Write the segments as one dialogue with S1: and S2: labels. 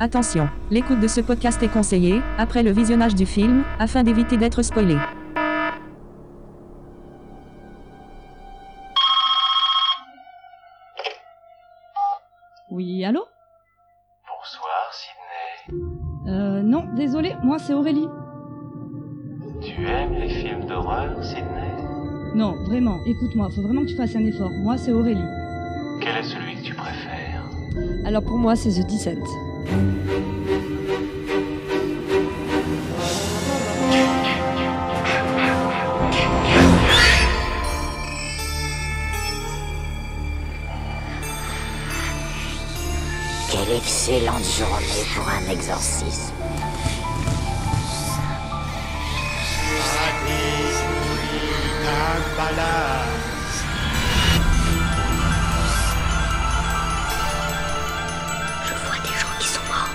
S1: Attention, l'écoute de ce podcast est conseillée, après le visionnage du film, afin d'éviter d'être spoilé.
S2: Oui, allô
S3: Bonsoir Sydney.
S2: Euh, non, désolé, moi c'est Aurélie.
S3: Tu aimes les films d'horreur Sydney
S2: Non, vraiment, écoute-moi, faut vraiment que tu fasses un effort. Moi c'est Aurélie.
S3: Quel est celui que tu préfères
S4: Alors pour moi, c'est The Descent.
S5: Quelle excellente journée pour un exorcisme. Je vois des gens qui sont morts.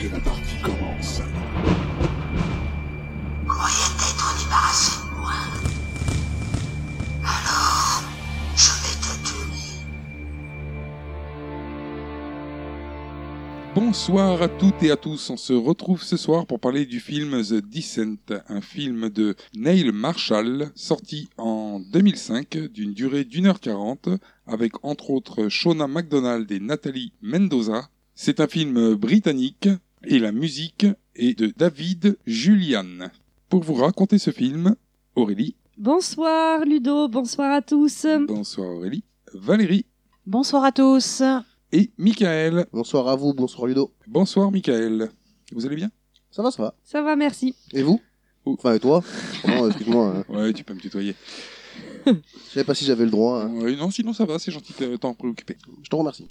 S6: Et la partie commence.
S5: Croyez t'être débarrassé de moi. Alors, je vais te tuer.
S6: Bonsoir à toutes et à tous. On se retrouve ce soir pour parler du film The Descent, un film de Neil Marshall, sorti en 2005 d'une durée d'une heure quarante, avec entre autres Shona MacDonald et Nathalie Mendoza. C'est un film britannique et la musique est de David Julian. Pour vous raconter ce film, Aurélie,
S2: Bonsoir Ludo, bonsoir à tous.
S6: bonsoir Aurélie, Valérie
S7: Bonsoir à tous.
S6: et Michael.
S8: Bonsoir à vous, bonsoir Ludo.
S6: Bonsoir Michael. Vous allez bien
S8: Ça va, ça va.
S2: Ça va, merci.
S8: Et vous
S6: Oh.
S8: Enfin, et toi Pardon, excuse-moi. hein.
S6: Ouais, tu peux me tutoyer.
S8: Je savais pas si j'avais le droit. hein.
S6: Ouais, non, sinon ça va, c'est gentil de t'en préoccuper.
S8: Je te remercie.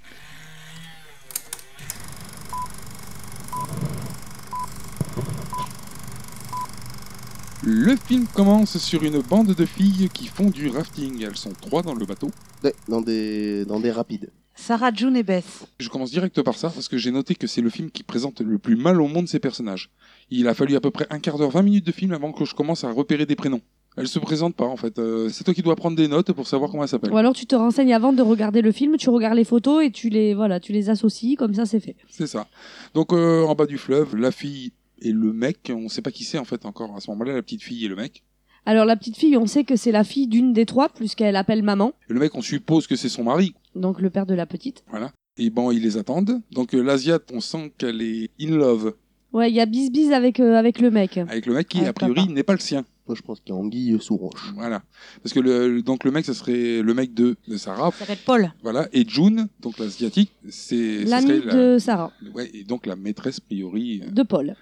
S6: Le film commence sur une bande de filles qui font du rafting. Elles sont trois dans le bateau.
S8: Ouais, Dans des, dans des rapides.
S7: Sarah June et Beth.
S6: Je commence direct par ça parce que j'ai noté que c'est le film qui présente le plus mal au monde ses personnages. Il a fallu à peu près un quart d'heure, 20 minutes de film avant que je commence à repérer des prénoms. Elles se présentent pas en fait. Euh, c'est toi qui dois prendre des notes pour savoir comment elles s'appellent.
S2: Ou alors tu te renseignes avant de regarder le film, tu regardes les photos et tu les voilà, tu les associes, comme ça c'est fait.
S6: C'est ça. Donc euh, en bas du fleuve, la fille et le mec, on sait pas qui c'est en fait encore à ce moment-là, la petite fille et le mec.
S2: Alors la petite fille, on sait que c'est la fille d'une des trois puisqu'elle appelle maman,
S6: Et le mec, on suppose que c'est son mari.
S2: donc le père de la petite.
S6: Voilà. Et bon, ils les attendent. Donc euh, l'Asiate, on sent qu'elle est in love
S2: Ouais, il y a bisbise avec euh, avec le mec.
S6: avec le mec qui,
S7: Avec
S6: a priori,
S7: papa.
S6: n'est pas le sien.
S8: Moi, je pense qu'il y a Anguille sous roche.
S6: Voilà. Parce que le, le- donc le mec, ça serait le mec de, de Sarah.
S7: Il s'appelle Paul.
S6: Voilà. Et June, donc l'asiatique, c'est ce
S2: L'ami
S6: serait
S2: de Sarah,
S6: ouais, et donc la maîtresse priori.
S2: de Paul,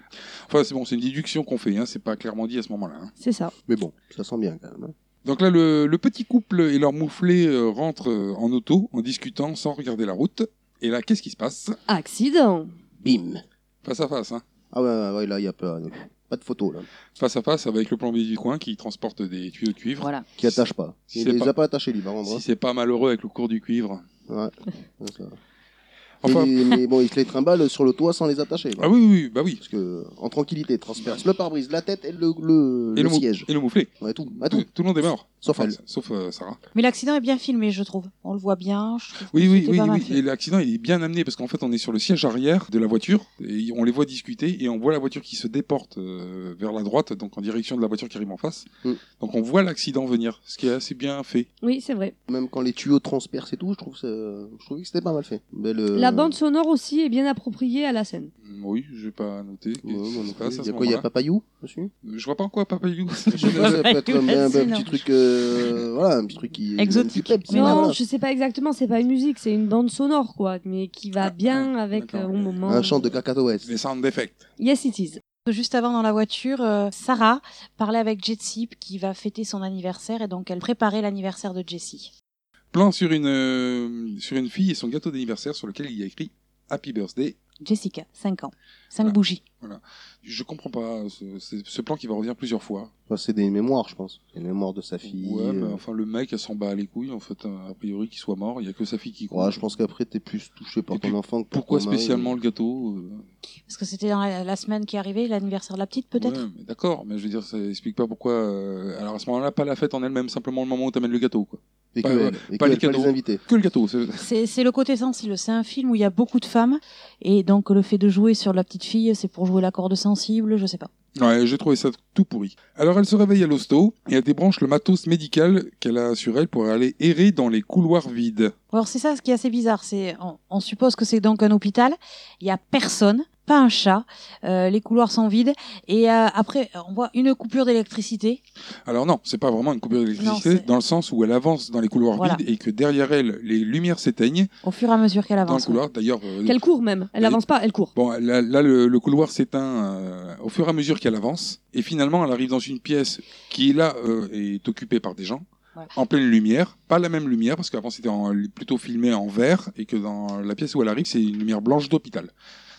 S6: Enfin, c'est bon, c'est une déduction qu'on fait. Hein, c'est pas clairement dit à ce moment-là. hein.
S2: c'est ça.
S8: Mais bon, ça sent bien quand même. hein.
S6: Donc là, le, le petit couple et leur mouflet euh, rentrent euh, en auto en discutant sans regarder la route. Et là, qu'est-ce qui se passe
S2: Accident.
S8: Bim
S6: Face à face, hein.
S8: Ah ouais, ouais, ouais, là, il n'y a pas, pas de photo, là.
S6: Face à face avec le plombier du coin qui transporte des tuyaux de cuivre.
S7: Voilà.
S8: Qui attache pas.
S6: Si
S8: Il
S6: c'est
S8: les
S6: pas-
S8: a pas attachés, lui, par contre.
S6: Si c'est pas malheureux avec le cours du cuivre.
S8: hein. Ouais. Ouais, ça va.
S6: Enfin,
S8: Mais, mais bon, il se les trimballe sur le toit sans les attacher. quoi.
S6: ah oui, oui, oui, bah oui.
S8: Parce que, en tranquillité, transperce le pare-brise, la tête et le, le,
S6: Et
S8: le
S6: le, mou-
S8: siège.
S6: et le mouflet.
S8: Ouais, tout. Ah,
S6: Tout,
S8: tout.
S6: tout le monde est mort.
S8: Sauf
S6: Enfin,
S8: elle.
S6: sauf euh, Sarah.
S7: Mais l'accident est bien filmé, je trouve. On le voit bien. je trouve
S6: Oui,
S7: que
S6: oui,
S7: c'était
S6: oui,
S7: pas mal
S6: oui.
S7: fait.
S6: Et l'accident, il est bien amené parce qu'en fait, on est sur le siège arrière de la voiture et on les voit discuter et on voit la voiture qui se déporte euh, vers la droite, donc en direction de la voiture qui arrive en face.
S8: Mm.
S6: Donc on voit l'accident venir, ce qui est assez bien fait.
S2: Oui, c'est vrai.
S8: Même quand les tuyaux transpercent et tout, je trouve ça... je trouvais que c'était pas mal fait. Mais le-
S2: La bande sonore aussi est bien appropriée à la scène.
S6: Mm, Oui, je vais pas noter. Qu'est-ce
S8: Ouais,
S6: qui
S8: ouais,
S6: se
S8: non
S6: passe
S8: plus.
S6: à
S8: Il
S6: ce
S8: y a quoi Il y a
S6: moment-là
S8: Papayou dessus
S6: Je vois pas en quoi Papa Youlou.
S8: Je sais pas, ça peut être un, un- un petit truc, euh, voilà, un petit truc qui qui
S7: Exotique.
S8: pète,
S7: Mais
S2: non,
S8: voilà.
S2: je sais pas exactement, c'est pas une musique, c'est une bande sonore quoi, mais qui va
S6: Ah,
S2: bien
S6: ah,
S2: avec
S6: d'accord.
S2: euh, au moment.
S8: Un chant de cacatoès.
S6: Les sound effects.
S2: Yes it is.
S7: Juste avant dans la voiture, euh, Sarah parlait avec Jetsip qui va fêter son anniversaire et donc elle préparait l'anniversaire de Jessie.
S6: Plan sur une, euh, sur une fille et son gâteau d'anniversaire sur lequel il y a écrit Happy Birthday
S7: Jessica, 5 ans. 5
S6: Voilà.
S7: bougies.
S6: Je comprends pas ce, c'est- ce plan qui va revenir plusieurs fois.
S8: Enfin, c'est des mémoires, je pense. Les mémoires de sa fille.
S6: ouais, mais
S8: euh,
S6: enfin, le mec, elle s'en bat les couilles, en fait, hein, a priori, qu'il soit mort. Il y a que sa fille qui compte.
S8: ouais, je pense qu'après, t'es plus touché par
S6: Et
S8: ton
S6: puis,
S8: enfant que par
S6: Pourquoi
S8: ton mari.
S6: spécialement le gâteau euh,
S7: Parce que c'était dans la, la semaine qui arrivait, l'anniversaire de la petite, peut-être
S6: ouais, mais D'accord, mais je veux dire, ça explique pas pourquoi. euh, Alors à ce moment-là, pas la fête en elle-même, simplement le moment où t'amènes le gâteau, quoi.
S8: Et que,
S6: Pas- euh,
S8: elle- et
S6: pas
S8: que
S6: les
S8: elle, pas
S6: cadeaux.
S8: les invités.
S6: Que le gâteau. c'est-
S7: C'est c'est le côté sensible. C'est un film où il y a beaucoup de femmes. Et donc, le fait de jouer sur la petite fille, c'est pour jouer la corde sensible, je sais pas.
S6: Ouais, j'ai trouvé ça tout pourri. Alors elle se réveille à l'hosto et elle débranche le matos médical qu'elle a sur elle pour aller errer dans les couloirs vides.
S7: Alors, c'est ça ce qui est assez bizarre. C'est On, on suppose que c'est donc un hôpital. Il y a personne, pas un chat. euh, les couloirs sont vides. Et euh, après, on voit une coupure d'électricité.
S6: Alors non, c'est pas vraiment une coupure d'électricité,
S7: Non, c'est-
S6: dans le sens où elle avance dans les couloirs
S7: Voilà.
S6: vides et que derrière elle, les lumières s'éteignent
S7: Au fur et à mesure qu'elle
S6: dans le
S7: avance.
S6: couloir. D'ailleurs, euh,
S2: Qu'elle court même. Elle
S6: Et-
S2: avance pas, elle court.
S6: Bon, là, là, le, le couloir s'éteint euh, au fur et à mesure qu'elle avance, et finalement, elle arrive dans une pièce qui, là, euh, est occupée par des gens,
S7: Voilà.
S6: en pleine lumière, pas la même lumière, parce qu'avant, c'était en- plutôt filmé en vert, et que dans la pièce où elle arrive, c'est une lumière blanche d'hôpital.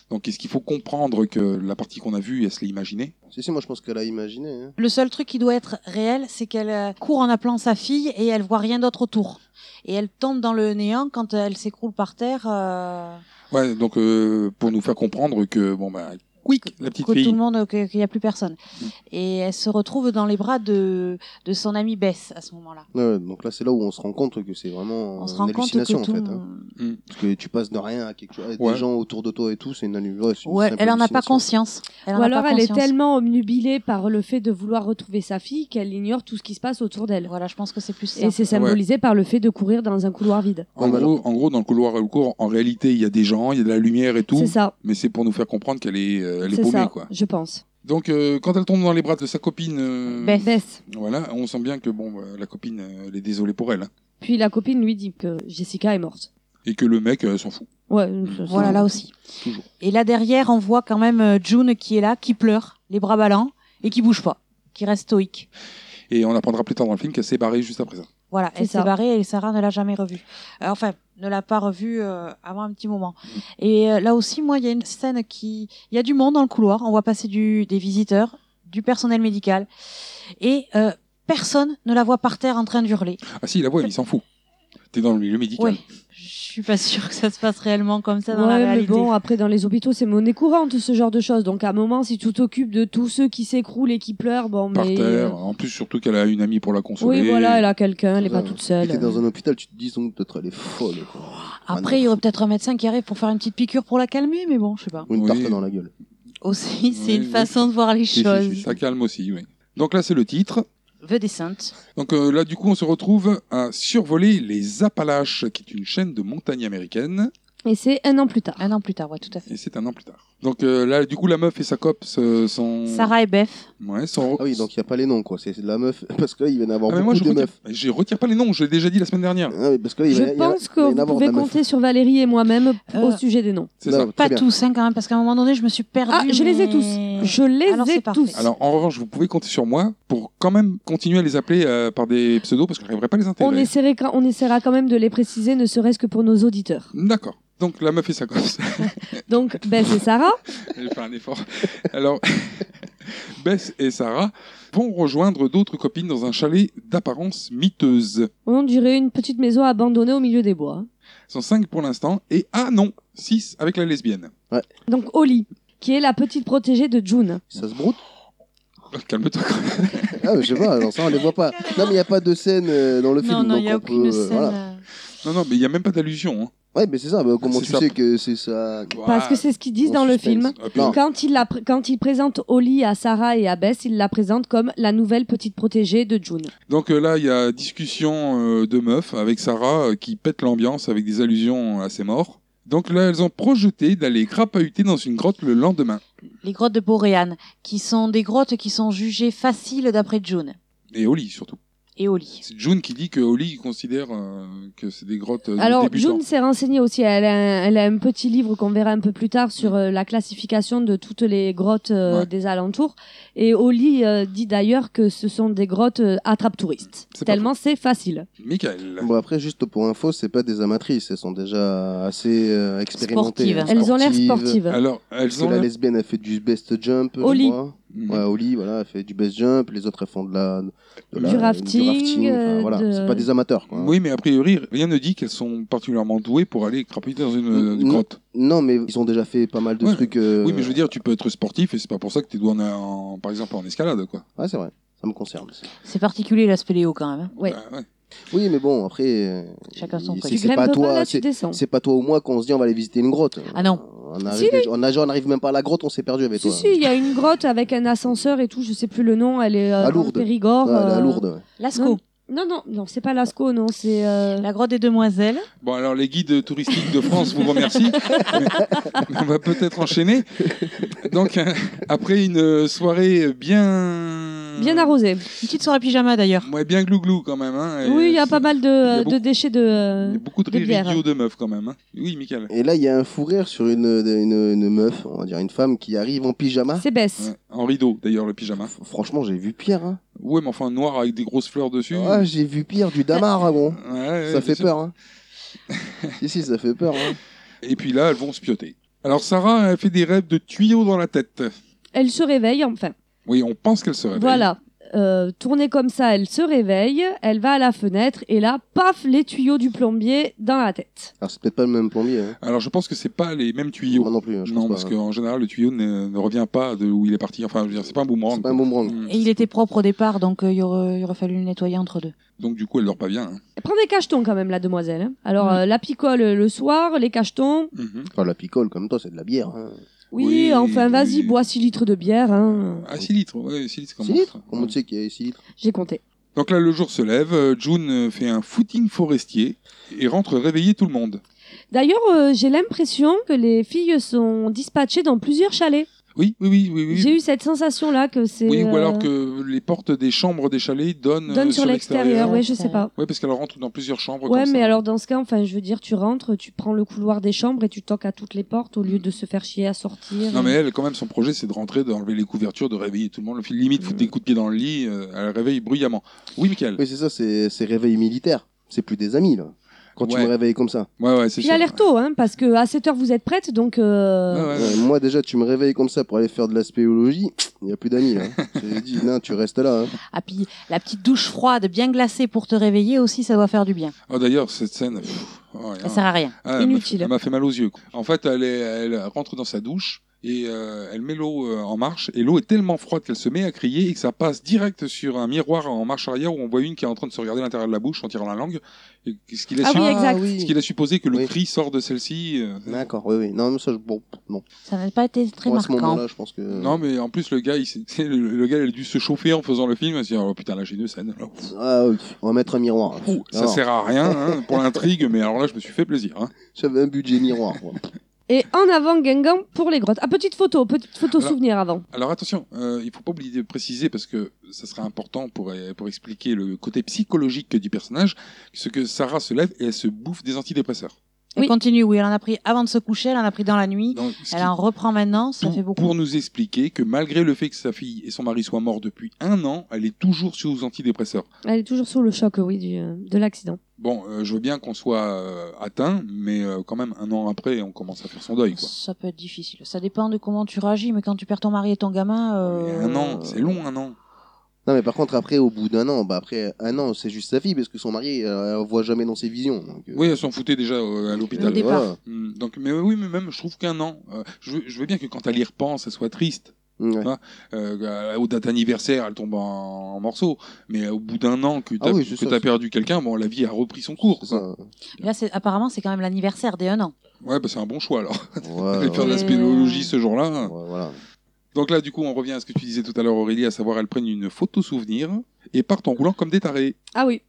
S6: Donc, est-ce qu'il faut comprendre que la partie qu'on a vue, elle se l'est imaginée
S8: Si, si, moi, je pense qu'elle a imaginé. hein.
S7: Le seul truc qui doit être réel, c'est qu'elle euh, court en appelant sa fille et elle voit rien d'autre autour. Et elle tombe dans le néant quand euh, elle s'écroule par terre. euh,
S6: Ouais, donc, euh, pour nous faire comprendre que, bon, bah, quick, la petite
S7: que tout
S6: fille.
S7: le monde, euh, que- qu'il n'y a plus personne.
S8: Mm.
S7: Et elle se retrouve dans les bras de, de son amie Bess à ce moment-là.
S8: Ouais, donc là, c'est là où on se rend compte que c'est vraiment
S7: On se
S8: une
S7: rend compte que
S8: hallucination,
S7: tout.
S8: en fait. hein. Parce que tu passes de rien à quelque chose. avec
S6: Ouais.
S8: Des gens autour de toi et tout, c'est une hallucination. c'est une
S7: Ouais,
S8: simple
S7: elle en a pas
S8: hallucination.
S7: conscience. Elle en
S2: Ou
S7: a
S2: alors
S7: pas
S2: elle est
S7: conscience.
S2: tellement omnubilée par le fait de vouloir retrouver sa fille qu'elle ignore tout ce qui se passe autour d'elle.
S7: Voilà, je pense que c'est plus ça.
S2: Et c'est symbolisé par le fait de courir dans un couloir vide.
S6: En,
S8: Ouais,
S6: gros, en gros, dans le couloir, elle court, en réalité, il y a des gens, il y a de la lumière et tout,
S2: C'est ça.
S6: mais c'est pour nous faire comprendre qu'elle est, euh, elle est
S2: C'est
S6: paumée,
S2: ça,
S6: quoi.
S2: je pense.
S6: Donc, euh, quand elle tombe dans les bras de sa copine, euh,
S7: Beth.
S2: Beth.
S6: voilà, on sent bien que bon, bah, la copine, euh, elle est désolée pour elle, hein.
S2: Puis la copine lui dit que Jessica est morte.
S6: et que le mec euh, s'en fout.
S2: Ouais, ça, ça-
S7: Voilà, là aussi.
S6: Toujours.
S7: Et là derrière, on voit quand même euh, June qui est là, qui pleure, les bras ballants, et qui bouge pas, qui reste stoïque.
S6: Et on apprendra plus tard dans le film qu'elle s'est barrée juste après ça.
S7: Voilà,
S2: C'est
S7: elle s'est
S2: ça.
S7: barrée et Sarah ne l'a jamais revue. Euh, Enfin, ne l'a pas revue euh, avant un petit moment. Et euh, là aussi, moi, il y a une scène qui... Il y a du monde dans le couloir, on voit passer du... des visiteurs, du personnel médical, et euh, personne ne la voit par terre en train d'hurler.
S6: Ah si, la voix, il s'en fout. T'es dans le milieu médical.
S7: Ouais. Je suis pas sûre que ça se passe réellement comme ça dans la
S2: Ouais, mais
S7: réalité.
S2: bon, après, dans les hôpitaux, c'est monnaie courante, tout ce genre de choses. Donc, à un moment, si tu t'occupes de tous ceux qui s'écroulent et qui pleurent, bon,
S6: Par
S2: mais. euh,
S6: terre. En plus, surtout qu'elle a une amie pour la consoler.
S2: Oui, voilà, elle a quelqu'un, elle est
S8: Ça,
S2: pas toute
S8: Puis T'es
S2: seule.
S8: dans un hôpital, tu te dis donc peut-être elle est folle. quoi.
S7: Après, il y aurait peut-être un médecin qui arrive pour faire une petite piqûre pour la calmer, mais bon, je sais pas.
S8: Ou une
S6: Oui.
S8: tarte dans la gueule.
S7: Aussi, c'est une
S6: oui.
S7: façon de voir les
S8: Si, si,
S7: choses.
S8: si,
S6: Ça calme aussi, oui. Donc là, c'est le titre.
S7: The Descent.
S6: Donc euh, là, du coup, on se retrouve à survoler les Appalaches, qui est une chaîne de montagne américaine.
S2: Et c'est un an plus tard.
S7: Un an plus tard, ouais, tout à fait.
S6: Et c'est un an plus tard. Donc euh, là, du coup, la meuf et sa cop euh, sont...
S7: Sarah et Beth.
S6: Ouais, sont...
S8: Ah oui, donc il n'y a pas les noms, quoi. C'est c'est de la meuf. Parce que là, il va y en avoir
S6: Ah, mais
S8: beaucoup
S6: moi, je
S8: de
S6: retire...
S8: meufs.
S6: je retire pas les noms, je l'ai déjà dit la semaine dernière.
S8: Ah oui, parce que là, il
S2: Je
S8: va y- il va-
S2: pense
S8: il va
S2: que
S8: y en
S2: vous
S8: avoir de
S2: pouvez
S8: la meuf.
S2: compter sur Valérie et moi-même
S7: Euh,
S2: au sujet des noms.
S6: C'est
S8: Non,
S6: ça.
S8: très
S7: Pas
S8: bien.
S7: tous, hein, quand même, parce qu'à un moment donné, je me suis perdue.
S2: Ah, je les ai
S7: mais-
S2: tous. Je les
S7: Alors, c'est
S2: ai
S7: parfait.
S2: tous.
S6: Alors en revanche, vous pouvez compter sur moi pour quand même continuer à les appeler euh, par des pseudos parce que je n'arriverai pas à les
S2: on,
S6: intégrer.
S2: essaierait quand- on essaiera quand même de les préciser, ne serait-ce que pour nos auditeurs.
S6: D'accord. Donc la meuf et sa gosse.
S2: Donc, Bess et Sarah,
S6: J'ai fait un effort. Alors, Bess et Sarah vont rejoindre d'autres copines dans un chalet d'apparence miteuse.
S2: on dirait une petite maison abandonnée au milieu des bois.
S6: Ils sont cinq pour l'instant et ah non, six avec la lesbienne.
S2: Donc, Oli, qui est la petite protégée de June.
S8: Ça se broute
S6: Oh, Calme-toi quand même.
S8: Ah, mais je sais pas, alors ça, on les voit pas. Non, mais il n'y a pas de scène euh, dans le film.
S7: Non, non,
S8: donc
S7: il n'y a
S8: on peut,
S7: aucune
S8: euh,
S7: scène.
S8: voilà.
S7: euh,
S6: Non, non, mais il n'y a même pas d'allusion. hein.
S8: Ouais, mais c'est ça. bah, comment
S6: C'est
S8: tu
S6: ça.
S8: sais que c'est ça
S2: Parce que c'est ce qu'ils disent dans le
S8: suspense.
S2: film.
S6: Ah, puis-
S8: Non.
S2: Quand il, la pr- quand il présente Oli à Sarah et à Bess, il la présente comme la nouvelle petite protégée de June.
S6: Donc euh, là, il y a discussion euh, de meufs avec Sarah euh, qui pète l'ambiance avec des allusions à ses morts. Donc là, elles ont projeté d'aller crapahuter dans une grotte le lendemain.
S7: les grottes de Boréane, qui sont des grottes qui sont jugées faciles d'après June.
S6: Et Oli, surtout.
S7: et Oli.
S6: C'est June qui dit que Oli considère euh, que c'est des grottes euh, de
S2: Alors,
S6: débutants.
S2: June s'est renseignée aussi. Elle a, un, elle a un petit livre qu'on verra un peu plus tard sur euh, la classification de toutes les grottes euh,
S6: Ouais.
S2: des alentours. Et Oli euh, dit d'ailleurs que ce sont des grottes euh, attrape-touristes.
S6: C'est pas
S2: Tellement c'est facile.
S6: Michael.
S8: Bon après juste pour info, c'est pas des amatrices, elles sont déjà assez euh, expérimentées.
S7: Sportives.
S2: Elles ont l'air sportives.
S8: Ah,
S6: Alors, elles
S8: Parce
S6: ont
S8: que la
S6: l'air-
S8: lesbienne a fait du best jump,
S2: Oli.
S8: je crois.
S6: Mhm.
S8: Ouais, Oli, voilà, elle fait du best jump. Les autres, elles font de la, de la-
S2: rafting,
S8: enfin,
S2: euh,
S8: voilà,
S2: de-
S8: c'est pas des amateurs. Quoi. hein.
S6: Oui, mais a priori, rien ne dit qu'elles sont particulièrement douées pour aller crapauder dans une euh,
S8: Mm, non.
S6: grotte.
S8: Non, mais ils ont déjà fait pas mal de
S6: Ouais.
S8: trucs. euh,
S6: Oui, mais je veux dire, tu peux être sportif et c'est pas pour ça que t'es doué en, en- par exemple, en escalade, quoi.
S8: Ouais, c'est vrai. Ça me concerne.
S7: C'est particulier l'aspect Léo quand même. hein.
S2: Ouais.
S6: Bah, ouais.
S8: Oui, mais bon, après, euh,
S7: Chacun son
S8: c'est-
S7: truc.
S8: c'est,
S2: tu grimpes
S8: pas
S2: pas,
S8: toi,
S2: là, tu
S8: c'est,
S2: descends.
S8: c'est pas toi ou moi qu'on se dit on va aller visiter une grotte.
S7: Ah non.
S8: On arrive déjà- en nageant, on n'arrive même pas à la grotte, on s'est perdu avec
S2: Si,
S8: toi.
S2: si, il y a une grotte avec un ascenseur et tout, je sais plus le nom, elle est euh,
S8: À
S2: dans le
S8: Lourdes.
S2: Périgord.
S8: Ouais, elle est à
S2: euh,
S8: Lourdes. Ah, ouais.
S7: Lascaux,
S2: Non, non, non, c'est pas Lascaux, non, c'est. euh,
S7: Hein la grotte des demoiselles.
S6: Bon, alors les guides touristiques de France vous remercient. Mais on va peut-être enchaîner. Donc, euh, après une soirée bien.
S2: Bien arrosée.
S7: Une petite soirée pyjama d'ailleurs.
S6: Ouais, bien glouglou quand même. hein, et
S2: Oui, il y a
S6: euh, c'est-
S2: pas mal de,
S6: y a
S2: euh,
S6: beaucoup-
S2: de déchets de.
S6: il y
S2: euh,
S6: a beaucoup de
S2: de
S6: rires
S2: bière.
S6: idiots de meufs quand même. hein. Oui, Michael.
S8: Et là, il y a un fou rire sur une, une, une meuf, on va dire une femme qui arrive en pyjama.
S2: euh, C'est baisse.
S6: Ouais, En rideau, d'ailleurs, le pyjama.
S8: F- Franchement, j'ai vu pire. Hein.
S6: Ouais, mais enfin, noir avec des grosses fleurs dessus.
S8: Ah, j'ai vu pire du damar, hein, gros.
S6: Ouais, ouais,
S8: Ça fait
S6: Euh, c'est-
S8: peur. Hein. si, si, ça fait peur. Hein.
S6: Et puis là, elles vont se pioter. Alors, Sarah, elle fait des rêves de tuyaux dans la tête.
S2: Elle se réveille, enfin.
S6: Oui, on pense qu'elle se réveille.
S2: Voilà. Euh, tournée comme ça, elle se réveille, elle va à la fenêtre et là, paf, les tuyaux du plombier dans la tête.
S8: Alors, c'est peut-être pas le même plombier. Hein.
S6: Alors, je pense que c'est pas les mêmes tuyaux.
S8: Moi non plus, hein, je
S6: non,
S8: pense
S6: parce
S8: pas. hein.
S6: qu'en général, le tuyau ne, ne revient pas de où il est parti. Enfin, je veux dire, c'est pas un boomerang.
S8: C'est pas un boomerang.
S6: Mm.
S7: Et il était propre au départ, donc euh, il, aurait, il aurait fallu le nettoyer entre deux.
S6: Donc, du coup, elle dort pas bien. hein.
S2: Elle prend des cachetons quand même, la demoiselle. hein. Alors,
S7: Mhm.
S2: euh, la picole euh, le soir, les cachetons.
S6: Mhm.
S8: Enfin, Oh, la picole, comme toi, c'est de la bière. Hein.
S2: Oui,
S6: Oui,
S2: enfin, vas-y,
S6: oui.
S2: bois 6 litres de bière. hein.
S6: Ah, 6 litres. Ouais, 6 litres,
S8: Six
S6: comment
S8: litres
S6: on-
S8: Comment tu sais qu'il y a 6 litres
S2: J'ai compté.
S6: Donc là, le jour se lève. euh, June euh, fait un footing forestier et rentre réveiller tout le monde.
S2: D'ailleurs, euh, j'ai l'impression que les filles sont dispatchées dans plusieurs chalets.
S6: Oui, oui, oui, oui. oui.
S2: J'ai eu cette sensation-là que c'est.
S6: Oui, ou alors
S2: euh,
S6: que les portes des chambres des chalets donnent,
S2: Donne
S6: euh,
S2: sur l'extérieur, ouais, je sais pas.
S6: Oui, parce qu'elle rentre dans plusieurs chambres.
S2: Ouais,
S6: comme
S2: mais
S6: ça.
S2: alors dans ce cas, enfin, je veux dire, tu rentres, tu prends le couloir des chambres et tu toques à toutes les portes au lieu de se faire chier à sortir.
S6: Non, mais elle, quand même, son projet, c'est de rentrer, d'enlever les couvertures, de réveiller tout le monde. Limite, foutre des coups de pied dans le lit, euh, elle réveille bruyamment. Oui, Michael.
S8: Oui, c'est ça, c'est c'est réveil militaire. C'est plus des amis, là. Quand tu
S6: Ouais.
S8: me réveilles comme ça.
S6: Ouais, ouais, c'est
S2: Il a
S6: sûr.
S2: l'air tôt, hein, parce que à 7 heures vous êtes prête, donc. euh,
S6: Ouais, ouais, ouais.
S8: Ouais, moi, déjà, tu me réveilles comme ça pour aller faire de la spéologie, il n'y a plus d'amis, là. Je t'ai dit, non, tu restes là. hein.
S7: Ah, puis la petite douche froide, bien glacée pour te réveiller aussi, ça doit faire du bien.
S6: Ah, D'ailleurs, cette scène. pff, oh,
S7: Ça sert à rien.
S6: Ah, elle m'a
S2: Inutile.
S6: fait- Elle m'a fait mal aux yeux. quoi. En fait, elle, est- elle rentre dans sa douche et euh, elle met l'eau euh, en marche. Et l'eau est tellement froide qu'elle se met à crier et que ça passe direct sur un miroir en marche arrière où on voit une qui est en train de se regarder à l'intérieur de la bouche en tirant la langue. Et ce qu'il a,
S2: Ah
S6: su-
S2: oui, exact.
S6: ce qu'il a supposé que le
S8: Oui.
S6: cri sort de celle-ci. euh,
S8: D'accord, oui, oui. Non, mais ça, je- bon, non.
S7: Ça n'a pas été très
S8: Moi, à ce
S7: marquant.
S8: moment-là, je pense que.
S6: Non, mais en plus, le gars, il, s'est- le, le gars, il a dû se chauffer en faisant le film. Il s'est dit, oh putain, là, j'ai deux scènes. Alors, pff,
S8: Ah, oui, on va mettre un miroir.
S6: ouh, ça
S8: Alors,
S6: sert à rien hein, pour l'intrigue, mais alors là, je me suis fait plaisir. hein.
S8: J'avais un budget miroir. moi.
S2: Et en avant Guingamp pour les grottes. Ah, petite photo, petite photo
S6: Alors-
S2: souvenir avant.
S6: Alors attention, euh, il faut pas oublier de préciser parce que ça sera important pour euh, pour expliquer le côté psychologique du personnage, ce que Sarah se lève et elle se bouffe des antidépresseurs.
S7: Elle
S2: Oui.
S7: continue, oui, elle en a pris avant de se coucher, elle en a pris dans la nuit,
S6: Donc, ce qui-
S7: elle en reprend maintenant, ça
S6: pour-
S7: fait beaucoup.
S6: Pour nous expliquer que malgré le fait que sa fille et son mari soient morts depuis un an, elle est toujours sous antidépresseurs.
S2: Elle est toujours sous le choc, oui, du, euh, de l'accident.
S6: Bon, euh, je veux bien qu'on soit euh, atteint, mais euh, quand même un an après, on commence à faire son deuil. Quoi.
S7: Ça peut être difficile. Ça dépend de comment tu réagis, mais quand tu perds ton mari et ton gamin.
S6: Mais
S7: euh,
S6: un an, c'est long hein. un an.
S8: Non, mais par contre, après, au bout d'un an, bah après un an, c'est juste sa fille, parce que son mari, euh, elle voit jamais dans ses visions. donc, euh,
S6: Oui, elle s'en foutait déjà euh, à l'hôpital.
S7: Au départ.
S8: voilà.
S6: Hmm, Donc, mais oui, mais même, je trouve qu'un an. euh, je, veux, je veux bien que quand elle y repense, elle soit triste.
S8: Mm, ouais.
S6: euh, aux dates anniversaires, elle tombe en, en morceaux. Mais au bout d'un an que
S8: Ah
S6: t'as
S8: oui, c'est
S6: que
S8: ça,
S6: t'as
S8: c'est-
S6: perdu quelqu'un, bon, la vie a repris son cours.
S8: C'est
S6: quoi.
S8: ça.
S7: Là, c'est- apparemment, c'est quand même l'anniversaire des un an.
S6: Ouais, bah, c'est un bon choix alors.
S8: Ouais,
S6: Aller faire de la
S7: ouais.
S6: spéléologie ce jour-là.
S8: Euh, ouais, voilà.
S6: Donc là, du coup, on revient à ce que tu disais tout à l'heure, Aurélie, à savoir, elles prennent une photo souvenir et partent en roulant comme des tarés.
S2: Ah oui.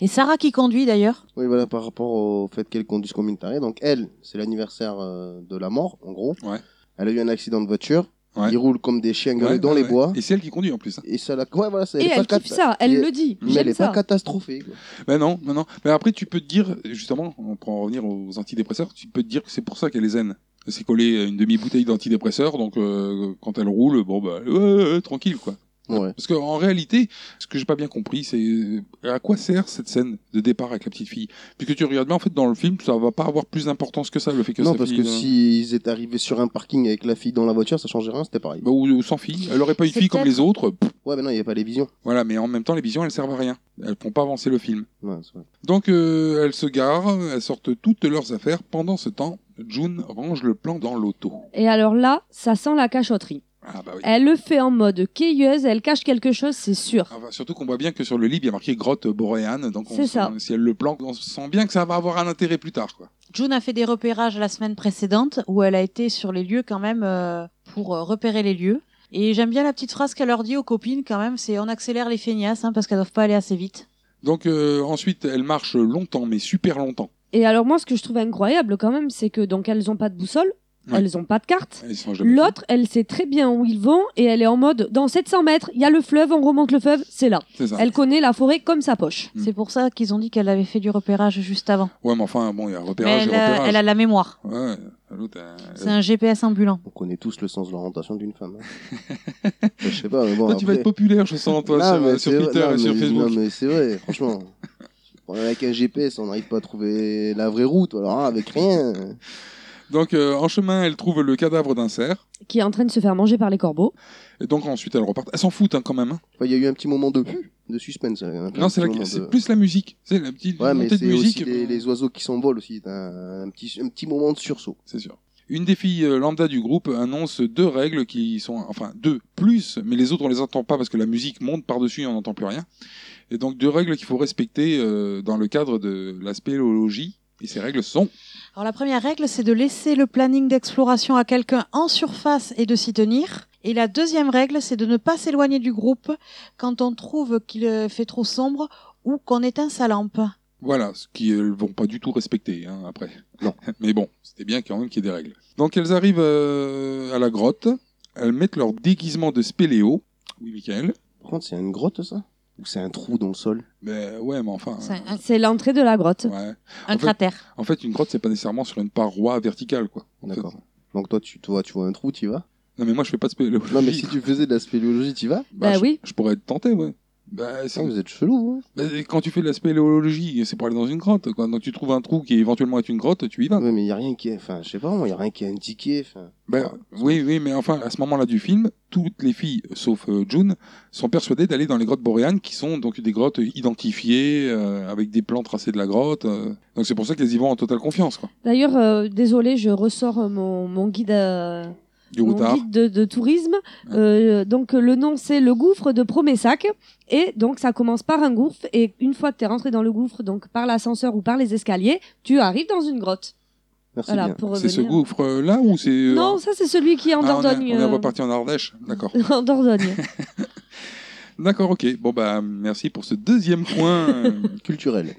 S7: Et Sarah qui conduit d'ailleurs.
S8: Oui, voilà, par rapport au fait qu'elle conduise comme une tarée. Donc, elle, c'est l'anniversaire euh, de la mort, en gros.
S6: Ouais.
S8: Elle a eu un accident de voiture.
S6: Ouais.
S8: Ils roulent comme des chiens gueulés
S6: Ouais,
S8: dans
S6: ouais,
S8: les
S6: ouais.
S8: bois.
S6: Et c'est elle qui conduit en plus. hein.
S8: Et, ça la. Ouais, voilà, ça,
S2: Et
S8: est
S2: elle
S8: pas
S2: kiffe
S8: cata-
S2: ça, elle
S8: et-
S2: le dit.
S8: Mais elle
S2: J'aime
S8: est pas
S2: ça.
S8: catastrophée. quoi.
S6: Ben non, ben non. Mais après, tu peux te dire, justement, on prend en revenir aux antidépresseurs, tu peux te dire que c'est pour ça qu'elle les aime. Elle s'est collée une demi-bouteille d'antidépresseurs, donc euh, quand elle roule, bon, bah, ouais, ouais, ouais, tranquille, quoi.
S8: Ouais.
S6: Parce qu'en réalité, ce que j'ai pas bien compris, c'est euh, à quoi sert cette scène de départ avec la petite fille Puisque tu regardes bien, en fait, dans le film, ça va pas avoir plus d'importance que ça, le fait que
S8: non,
S6: sa
S8: parce
S6: fille,
S8: que
S6: euh,
S8: s'ils étaient arrivés sur un parking avec la fille dans la voiture, ça changeait rien, c'était pareil.
S6: bah, ou, ou sans fille, elle aurait pas eu de
S7: C'est
S6: fille comme les autres. pff,
S8: Ouais, mais non, il n'y avait pas les visions.
S6: Voilà, mais en même temps, les visions, elles servent à rien. Elles font pas avancer le film.
S8: Ouais, c'est vrai.
S6: Donc euh, elles se garent, elles sortent toutes leurs affaires. Pendant ce temps, June range le plan dans l'auto.
S2: Et alors là, ça sent la cachotterie.
S6: Ah bah oui.
S2: Elle le fait en mode queilleuse, elle cache quelque chose, c'est sûr.
S6: Ah bah, surtout qu'on voit bien que sur le livre, il y a marqué grotte boréane. Donc on
S2: C'est
S6: sent-
S2: ça.
S6: si elle le planque, on sent bien que ça va avoir un intérêt plus tard. Quoi.
S7: June a fait des repérages la semaine précédente où elle a été sur les lieux quand même euh, pour euh, repérer les lieux. Et j'aime bien la petite phrase qu'elle leur dit aux copines quand même, c'est on accélère les feignasses hein, parce qu'elles doivent pas aller assez vite.
S6: Donc euh, ensuite, elle marche longtemps, mais super longtemps.
S2: Et alors moi, ce que je trouve incroyable quand même, c'est que donc elles ont pas de boussole,
S6: Ouais.
S2: elles ont pas de carte.
S6: Elles sont jamais-
S2: L'autre, elle sait très bien où ils vont et elle est en mode dans 700 mètres, il y a le fleuve, on remonte le fleuve, c'est là.
S6: C'est ça.
S2: Elle connaît la forêt comme sa poche.
S6: Mm.
S7: C'est pour ça qu'ils ont dit qu'elle avait fait du repérage juste avant.
S6: Ouais, mais enfin, bon, il y a repérage
S7: Mais elle,
S6: et
S7: a,
S6: repérage.
S7: elle a la mémoire.
S6: Ouais, l'autre, euh,
S7: C'est un GPS ambulant.
S8: On connaît tous le sens de l'orientation d'une femme. hein. je sais pas, mais bon.
S6: Toi, tu vas
S8: après-
S6: être populaire, je sens, toi,
S8: Non,
S6: sur, euh,
S8: mais
S6: sur
S8: c'est vrai-
S6: Twitter
S8: non,
S6: et sur
S8: mais-
S6: Facebook.
S8: Non, mais c'est vrai, franchement. Bon, Avec un GPS, on n'arrive pas à trouver la vraie route, alors hein, avec rien.
S6: Donc, euh, en chemin, elle trouve le cadavre d'un cerf.
S2: qui est en train de se faire manger par les corbeaux.
S6: Et donc, ensuite, elle repart. Elle s'en fout, hein, quand même. hein.
S8: Enfin, Il y a eu un petit moment de, de suspense. là, un
S6: Non,
S8: petit
S6: c'est la-
S8: moment
S6: c'est
S8: de-
S6: plus la musique. C'est la petite
S8: Ouais, mais
S6: montée de
S8: c'est
S6: musique. euh.
S8: aussi les, les oiseaux qui s'envolent aussi. t'as Un, un petit, un petit moment de sursaut.
S6: C'est sûr. Une des filles euh, lambda du groupe annonce deux règles qui sont, enfin deux plus, mais les autres on les entend pas parce que la musique monte par-dessus et on n'entend plus rien. Et donc deux règles qu'il faut respecter euh, dans le cadre de la spéléologie. Et ces règles sont
S7: Alors la première règle, c'est de laisser le planning d'exploration à quelqu'un en surface et de s'y tenir. Et la deuxième règle, c'est de ne pas s'éloigner du groupe quand on trouve qu'il euh, fait trop sombre ou qu'on éteint sa lampe.
S6: Voilà, ce qu'elles vont pas du tout respecter hein, après.
S8: Non.
S6: Mais bon, c'était bien quand même qu'il y ait des règles. Donc elles arrivent euh, à la grotte, elles mettent leur déguisement de spéléo. Oui, Michael.
S8: Par contre, c'est une grotte, ça Ou c'est un trou dans le sol
S6: Mais Ben, ouais, mais enfin. hein.
S7: C'est un,
S2: C'est l'entrée de la grotte.
S6: ouais.
S7: un
S6: En fait-
S7: cratère.
S6: En fait, une grotte, c'est pas nécessairement sur une paroi verticale, quoi. En fait.
S8: D'accord. Donc toi, tu, toi, tu vois un trou, tu vas
S6: Non, mais moi, je fais pas de spéléologie. Bah,
S8: Non, mais si tu faisais de la spéléologie, tu vas
S2: Bah
S6: je,
S2: oui.
S6: Je pourrais être tenté, ouais. Bah, c'est-
S8: Putain, Vous êtes chelou, hein
S6: bah, quand tu fais de la spéléologie, c'est pour aller dans une grotte. Quoi. Donc tu trouves un trou qui éventuellement est une grotte, tu y vas.
S8: Ouais, mais il y a rien qui est... Enfin, je sais pas, moi, il y a rien qui est indiqué. Enfin,
S6: Bah, oui, oui, mais enfin, à ce moment-là du film, toutes les filles, sauf euh, June, sont persuadées d'aller dans les grottes boréanes, qui sont donc des grottes identifiées, euh, avec des plans tracés de la grotte. euh. Donc c'est pour ça qu'elles y vont en totale confiance, quoi.
S2: D'ailleurs, euh, désolé, je ressors euh, mon, mon guide, euh,
S6: Du
S2: mon
S6: routard.
S2: guide de, de tourisme. Euh, donc euh, le nom c'est le gouffre de Promessac. Et donc ça commence par un gouffre. Et une fois que tu es rentré dans le gouffre, donc par l'ascenseur ou par les escaliers, tu arrives dans une grotte.
S8: merci
S2: Voilà,
S8: bien.
S2: pour
S6: C'est
S2: revenir.
S6: ce gouffre-là ou c'est... euh,
S2: Non, ça c'est celui qui est
S6: ah,
S2: en
S6: on est-
S2: Dordogne.
S6: on est
S2: euh,
S6: reparti en Ardèche, d'accord.
S2: en Dordogne.
S6: D'accord, ok. Bon, bah, merci pour ce deuxième point. euh,
S8: Culturel.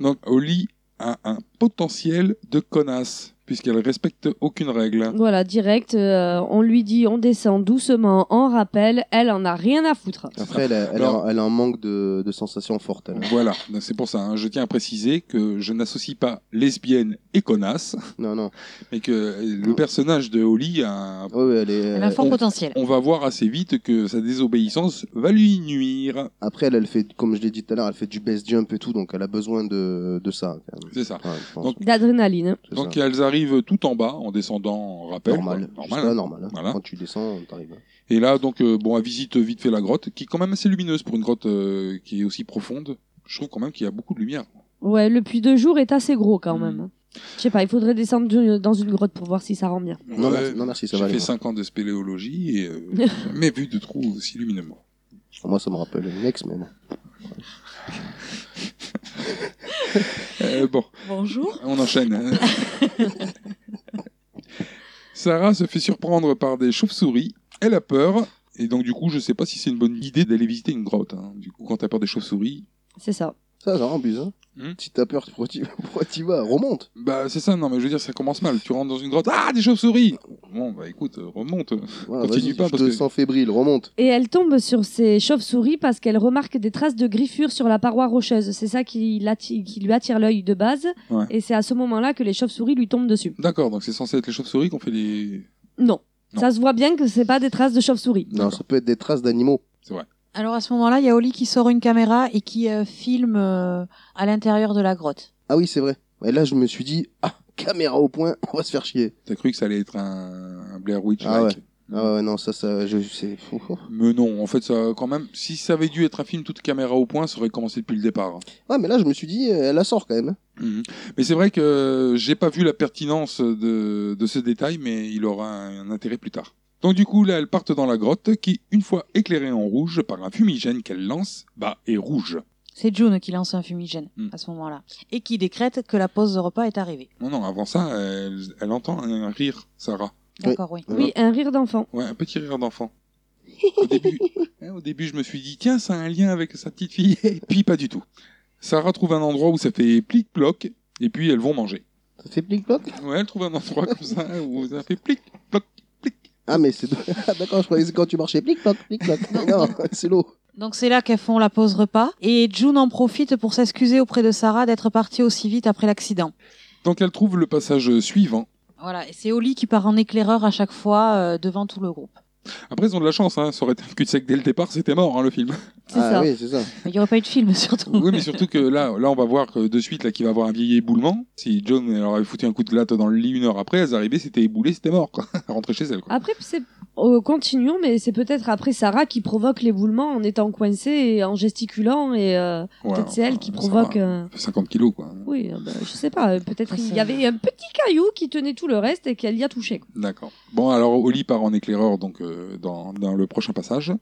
S6: Donc, Oli a un potentiel de connasse, puisqu'elle respecte aucune règle.
S2: voilà, direct. euh, on lui dit on descend doucement en rappel. Elle en a rien à foutre.
S8: Après, elle a, elle a- elle a un manque de, de sensations fortes. elle.
S6: Voilà, Donc, c'est pour ça. hein. Je tiens à préciser que je n'associe pas lesbienne et connasse,
S8: hein. Non, non.
S6: mais que le personnage de Oli a un-
S8: Ouais, ouais, elle est... euh,
S7: Elle a un fort
S6: on-
S7: potentiel.
S6: On va voir assez vite que sa désobéissance va lui nuire.
S8: Après, elle, elle fait, comme je l'ai dit tout à l'heure, elle fait du best jump et tout, donc elle a besoin de, de ça. quand même.
S6: C'est ça.
S8: Ouais, je pense.
S6: Donc,
S2: D'adrénaline.
S8: C'est
S6: Donc
S8: ça.
S6: elles arrivent tout en bas en descendant en rappel.
S8: normal.
S6: quoi.
S8: Normal.
S6: Normal. hein.
S8: normal. hein.
S6: Voilà.
S8: Quand tu descends, t'arrives. hein.
S6: Et là, donc, euh, bon, elle visite vite fait la grotte, qui est quand même assez lumineuse pour une grotte euh, qui est aussi profonde. Je trouve quand même qu'il y a beaucoup de lumière.
S2: Ouais, le puits de jour est assez gros quand
S6: Mm.
S2: même. Je sais pas, il faudrait descendre d'une- dans une grotte pour voir si ça rend bien.
S8: Non, merci- non, merci, ça
S6: J'ai
S8: va aller.
S6: fait 5 ans de spéléologie et euh, jamais vu de trou aussi lumineux.
S8: Moi, ça me rappelle une ex, mais bon.
S6: Euh, bon,
S7: Bonjour.
S6: on enchaîne. hein. Sarah se fait surprendre par des chauves-souris. Elle a peur. Et donc, du coup, je sais pas si c'est une bonne idée d'aller visiter une grotte. hein. Du coup, quand t'as peur des chauves-souris,
S2: C'est ça.
S8: Ça, ça embuse. Hein.
S6: Hmm.
S8: Si t'as peur, pourquoi tu pourquoi tu vas Remonte.
S6: Bah, c'est ça, non, mais je veux dire, ça commence mal. Tu rentres dans une grotte, ah, des chauves-souris Bon, bah écoute, euh, remonte.
S8: Voilà,
S6: Continue
S8: vas-y,
S6: pas,
S8: je
S6: parce
S8: te
S6: que-
S8: sens fébrile, remonte.
S2: Et elle tombe sur ses chauves-souris parce qu'elle remarque des traces de griffures sur la paroi rocheuse. C'est ça qui, l'atti- qui lui attire l'œil de base.
S6: Ouais.
S2: Et c'est à ce moment-là que les chauves-souris lui tombent dessus.
S6: D'accord, donc c'est censé être les chauves-souris qu'on fait les.
S2: Non.
S6: Non.
S2: Ça se voit bien que c'est pas des traces de chauves-souris.
S8: Non, ça peut être des traces d'animaux.
S7: Alors à ce moment-là, il y a Oli qui sort une caméra et qui euh, filme euh, à l'intérieur de la grotte.
S8: Ah oui, c'est vrai. Et là, je me suis dit, ah, caméra au point, on va se faire chier.
S6: T'as cru que ça allait être un, un Blair Witch
S8: Ah
S6: like.
S8: Ah ouais, non, ça, ça, je sais.
S6: Mais non, en fait, ça, quand même, si ça avait dû être un film toute caméra au point, ça aurait commencé depuis le départ.
S8: Ouais, mais là, je me suis dit, euh, elle la sort quand même.
S6: Mhm. Mais c'est vrai que j'ai pas vu la pertinence de, de ce détail, mais il aura un, un intérêt plus tard. Donc du coup, là, elles partent dans la grotte qui, une fois éclairée en rouge par un fumigène qu'elle lance, bah, est rouge.
S7: C'est June qui lance un fumigène
S6: Hmm.
S7: à ce moment-là et qui décrète que la pause de repas est arrivée.
S6: Non, non, avant ça, elle, elle entend un rire, Sarah.
S8: Oui.
S7: D'accord, oui.
S6: Euh.
S8: Ouais.
S2: Oui, un rire d'enfant.
S6: Ouais, un petit rire d'enfant. Au début, hein, au début, je me suis dit, tiens, ça a un lien avec sa petite fille. Et puis, pas du tout. Sarah trouve un endroit où ça fait plic-ploc, et puis elles vont manger.
S8: Ça fait plic-ploc
S6: Ouais, elle trouve un endroit comme ça où ça fait plic-ploc.
S8: Ah, mais c'est. Ah, D'accord, je croyais que c'est quand tu marchais plic-ploc, plic-ploc. non, c'est l'eau.
S7: Donc c'est là qu'elles font la pause repas et June en profite pour s'excuser auprès de Sarah d'être partie aussi vite après l'accident.
S6: Donc, elle trouve le passage suivant.
S7: Voilà, et c'est Oli qui part en éclaireur à chaque fois euh, devant tout le groupe.
S6: Après, ils ont de la chance, hein. ça aurait été un cul-de-sac dès le départ, c'était mort hein, le film.
S2: C'est
S8: Ah
S2: ça.
S8: oui, c'est ça.
S7: Mais Il n'y aurait pas eu de film surtout.
S6: Oui, mais surtout que là, là on va voir que de suite là, qu'il va avoir un vieil éboulement. Si John elle leur avait foutu un coup de latte dans le lit une heure après, elles arrivaient, c'était éboulé, c'était mort, quoi. Rentrer chez elles, quoi.
S2: Après, c'est. euh, continuons, mais c'est peut-être après Sarah qui provoque l'éboulement en étant coincée et en gesticulant. Et euh,
S6: Ouais,
S2: peut-être c'est elle qui
S6: ça
S2: provoque.
S6: va.
S2: euh,
S6: 50 kilos, quoi.
S2: Oui, euh, bah, je sais pas. euh, Peut-être
S7: Enfin,
S2: il
S7: c'est-
S2: y avait un petit caillou qui tenait tout le reste et qu'elle y a touché. quoi.
S6: D'accord. Bon, alors Oli part en éclaireur donc euh, dans, dans le prochain passage.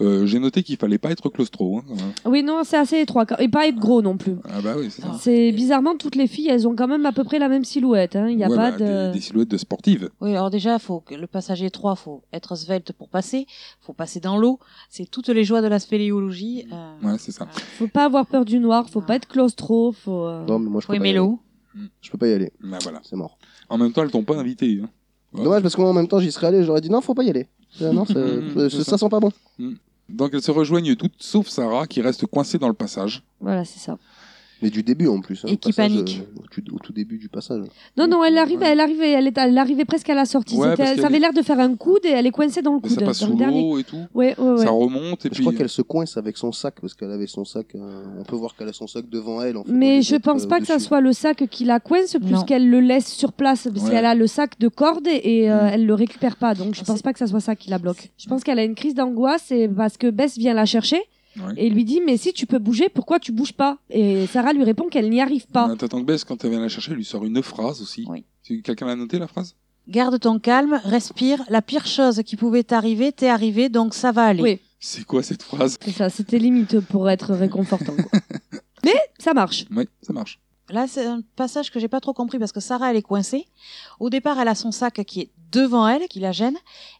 S6: Euh, J'ai noté qu'il fallait pas être claustro. Hein, quand même.
S2: Oui, non, c'est assez étroit. quand- Et pas être gros non plus.
S6: Ah bah oui, c'est ça.
S2: C'est bizarrement, toutes les filles, elles ont quand même à peu près la même silhouette. hein, Il n'y a
S6: Ouais,
S2: pas
S6: bah,
S2: de.
S6: des, des silhouettes de sportives.
S7: Oui, alors déjà, faut que le passager 3, faut être svelte pour passer, faut passer dans l'eau. C'est toutes les joies de la spéléologie. euh,
S6: Ouais, c'est ça.
S2: Faut pas avoir peur du noir, faut pas être claustro, faut. euh,
S8: Non, mais moi, je
S7: Faut
S8: peux, pas y aller.
S7: aimer l'eau.
S8: je peux pas y aller.
S6: Bah, voilà.
S8: C'est mort.
S6: En même temps, elles t'ont pas invité. hein. Ouais.
S8: Dommage, parce qu'en même temps, j'y serais allé, j'aurais dit, non, faut pas y aller. Ah, non, ça,
S6: Mm, c'est
S8: ça,
S6: ça.
S8: sent pas bon.
S6: Donc elles se rejoignent toutes, sauf Sarah qui reste coincée dans le passage.
S2: Voilà, c'est ça.
S8: Mais du début en plus. hein,
S7: Et
S8: le
S7: qui
S8: passage,
S7: panique.
S8: euh, au tout- au tout début du passage.
S2: Non, non, elle arrive,
S6: Ouais.
S2: elle arrive, elle est, elle arrivait presque à la sortie.
S6: Ouais,
S2: C'était-
S6: parce qu'elle
S2: ça avait
S6: est-
S2: l'air de faire un coude et elle est coincée dans le
S6: Mais
S2: coude.
S6: ça passe
S2: dans
S6: sous
S2: le dernier.
S6: l'eau et tout.
S2: Ouais, ouais, ouais.
S6: Ça remonte et
S8: Mais
S6: puis.
S8: Je crois qu'elle se coince avec son sac parce qu'elle avait son sac. euh, on peut voir qu'elle a son sac devant elle. en fait, au lieu
S2: Mais je
S8: d'être,
S2: pense
S8: euh,
S2: pas que ça
S8: dessus.
S2: soit le sac qui la coince,
S7: Non.
S2: puisqu'elle le laisse sur place, parce
S6: Ouais.
S2: qu'elle a le sac de corde et euh,
S6: Mm.
S2: elle le récupère pas. Donc je
S7: Alors,
S2: pense
S7: Ah, c'est-
S2: pas que ça soit ça qui la bloque. Je pense qu'elle a une crise d'angoisse et parce que Bess vient la chercher
S6: Ouais.
S2: et lui dit mais si tu peux bouger, pourquoi tu bouges pas Et Sarah lui répond qu'elle n'y arrive pas.
S6: Mais T'attends que Bess, euh, quand elle vient la chercher, elle lui sort une phrase aussi.
S7: Oui.
S6: Tu- Quelqu'un l'a noté la phrase
S7: Garde ton calme, respire. La pire chose qui pouvait t'arriver, t'est arrivée, donc ça va aller.
S2: Oui.
S6: C'est quoi cette phrase
S2: C'est ça, c'était limite pour être réconfortant. quoi. mais ça marche.
S6: Ouais, ça marche.
S7: Là, c'est un passage que j'ai pas trop compris parce que Sarah, elle est coincée. Au départ, elle a son sac qui est devant elle, qui la gêne.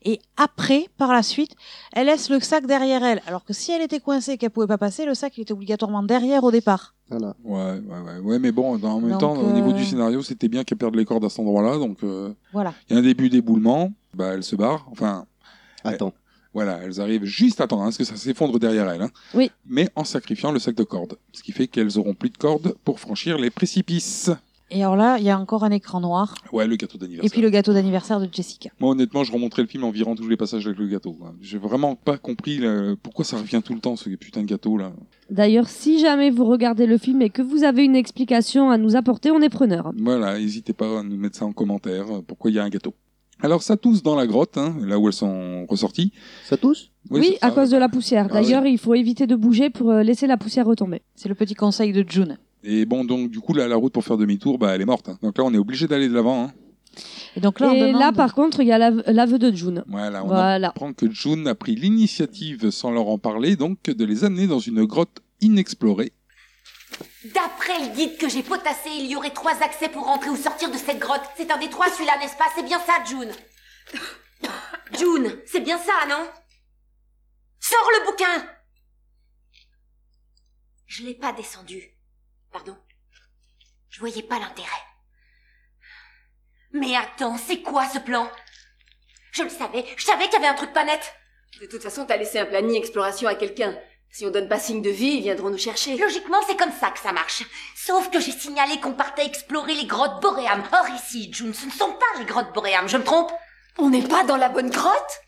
S7: Et après, par la suite, elle laisse le sac derrière elle. Alors que si elle était coincée et qu'elle pouvait pas passer, le sac, il était obligatoirement derrière au départ.
S8: Voilà.
S6: Ouais, ouais, ouais, ouais, mais bon, dans- en même
S7: Donc,
S6: temps, au niveau
S7: euh,
S6: du scénario, c'était bien qu'elle perde les cordes à cet endroit-là, donc euh,
S7: Voilà.
S6: il y a un début d'éboulement, bah elle se barre, enfin
S8: Attends.
S6: voilà, elles arrivent juste à temps, hein, parce que ça s'effondre derrière elles, hein.
S2: Oui.
S6: mais en sacrifiant le sac de cordes, ce qui fait qu'elles auront plus de cordes pour franchir les précipices.
S7: Et alors là, il y a encore un écran noir.
S6: Ouais, le gâteau
S7: Et
S6: d'anniversaire.
S7: puis le gâteau d'anniversaire de Jessica.
S6: Moi, honnêtement, je remonterai le film en virant tous les passages avec le gâteau. quoi. J'ai vraiment pas compris là, pourquoi ça revient tout le temps, ce putain de gâteau là.
S2: D'ailleurs, si jamais vous regardez le film et que vous avez une explication à nous apporter, on est preneur.
S6: Voilà, n'hésitez pas à nous mettre ça en commentaire, euh, pourquoi il y a un gâteau. Alors ça tousse dans la grotte, hein, là où elles sont ressorties.
S8: Ça tousse
S2: Oui,
S6: c'est
S2: à
S6: ça.
S2: cause de la poussière.
S6: Ah oui.
S2: D'ailleurs, il faut éviter de bouger pour euh, laisser la poussière retomber.
S7: C'est le petit conseil de June.
S6: Et bon, donc du coup, là, la route pour faire demi-tour, bah, elle est morte. hein. Donc là, on est obligé d'aller de l'avant. Hein.
S7: Et donc là, on
S2: et
S7: demande-
S2: là, par contre, il y a l'ave- l'aveu de June.
S6: Voilà, Ah, on
S2: Voilà.
S6: apprend que June a pris l'initiative, sans leur en parler, donc de les amener dans une grotte inexplorée.
S5: D'après le guide que j'ai potassé, il y aurait trois accès pour entrer ou sortir de cette grotte. C'est un des trois celui-là, n'est-ce pas C'est bien ça, June. June, c'est bien ça, non Sors le bouquin Je l'ai pas descendu. Pardon. Je voyais pas l'intérêt. Mais attends, c'est quoi ce plan Je le savais, je savais qu'il y avait un truc pas net.
S9: De toute façon, t'as laissé un planning exploration à quelqu'un. Si on donne pas signe de vie, ils viendront nous chercher.
S5: Logiquement, c'est comme ça que ça marche. Sauf que j'ai signalé qu'on partait explorer les grottes boréames. Or ici, June, ce ne sont pas les grottes boréames, je me trompe
S9: On n'est pas dans la bonne grotte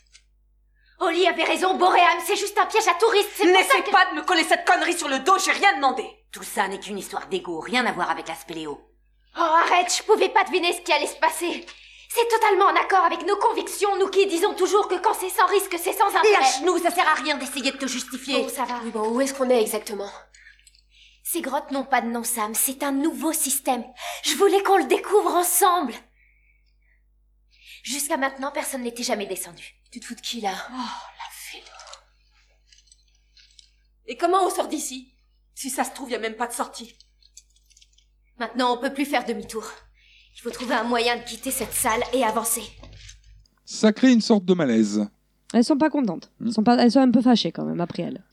S5: Oli avait raison, Boréam, c'est juste un piège à touristes, c'est pour ça
S9: N'essaie
S5: que-
S9: pas de me coller cette connerie sur le dos, j'ai rien demandé
S5: Tout ça n'est qu'une histoire d'ego, rien à voir avec la spéléo. Oh, arrête, je pouvais pas deviner ce qui allait se passer. C'est totalement en accord avec nos convictions, nous qui disons toujours que quand c'est sans risque, c'est sans intérêt. Lâche-nous, ça sert à rien d'essayer de te justifier.
S9: Bon, ça va. Oui, bon, où est-ce qu'on est exactement
S5: Ces grottes n'ont pas de nom, Sam, c'est un nouveau système. Je voulais qu'on le découvre ensemble. Jusqu'à maintenant, personne n'était jamais descendu.
S9: Tu te fous de qui, là Oh, la fête Et comment on sort d'ici Si ça se trouve, y a même pas de sortie.
S5: Maintenant, on peut plus faire demi-tour. Il faut trouver un moyen de quitter cette salle et avancer.
S6: Ça crée une sorte de malaise.
S2: Elles sont pas contentes.
S6: Mm.
S2: Elles sont, pas, elles sont un peu fâchées quand même après elles.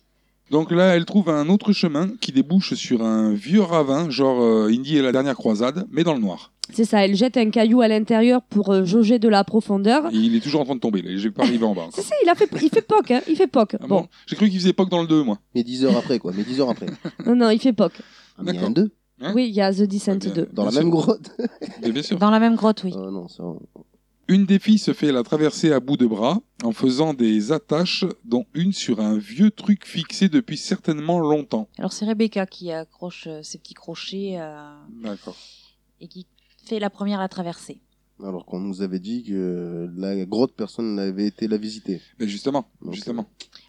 S6: Donc là, elle trouve un autre chemin qui débouche sur un vieux ravin, genre euh, Indy et la dernière croisade, mais dans le noir.
S2: C'est ça, elle jette un caillou à l'intérieur pour euh, jauger de la profondeur.
S6: Et il est toujours en train de tomber, là. j'ai pas arrivé en bas.
S2: Si,
S6: encore.
S2: si, il, a fait, il fait poc, hein, il fait poc.
S6: Ah
S2: bon.
S6: bon J'ai cru qu'il faisait pas que dans le 2, moi.
S8: Mais 10 heures après, quoi. Mais 10 heures après.
S2: non, non, il fait poc.
S8: Ah, mais il y a
S6: D'accord.
S8: un 2
S6: Hein
S2: oui, il y a The Descent
S6: Eh bien,
S2: 2.
S8: dans la
S6: bien
S8: même
S6: sûr.
S8: grotte.
S6: Mais bien sûr.
S7: Dans la même grotte, oui.
S8: Oh non, ça.
S6: Une des filles se fait la traversée à bout de bras en faisant des attaches, dont une sur un vieux truc fixé depuis certainement longtemps.
S7: Alors c'est Rebecca qui accroche euh, ses petits crochets euh,
S6: D'accord.
S7: et qui fait la première à traverser.
S8: Alors qu'on nous avait dit que la grotte, personne n'avait été la visiter.
S6: Mais justement,
S8: Donc,
S6: justement.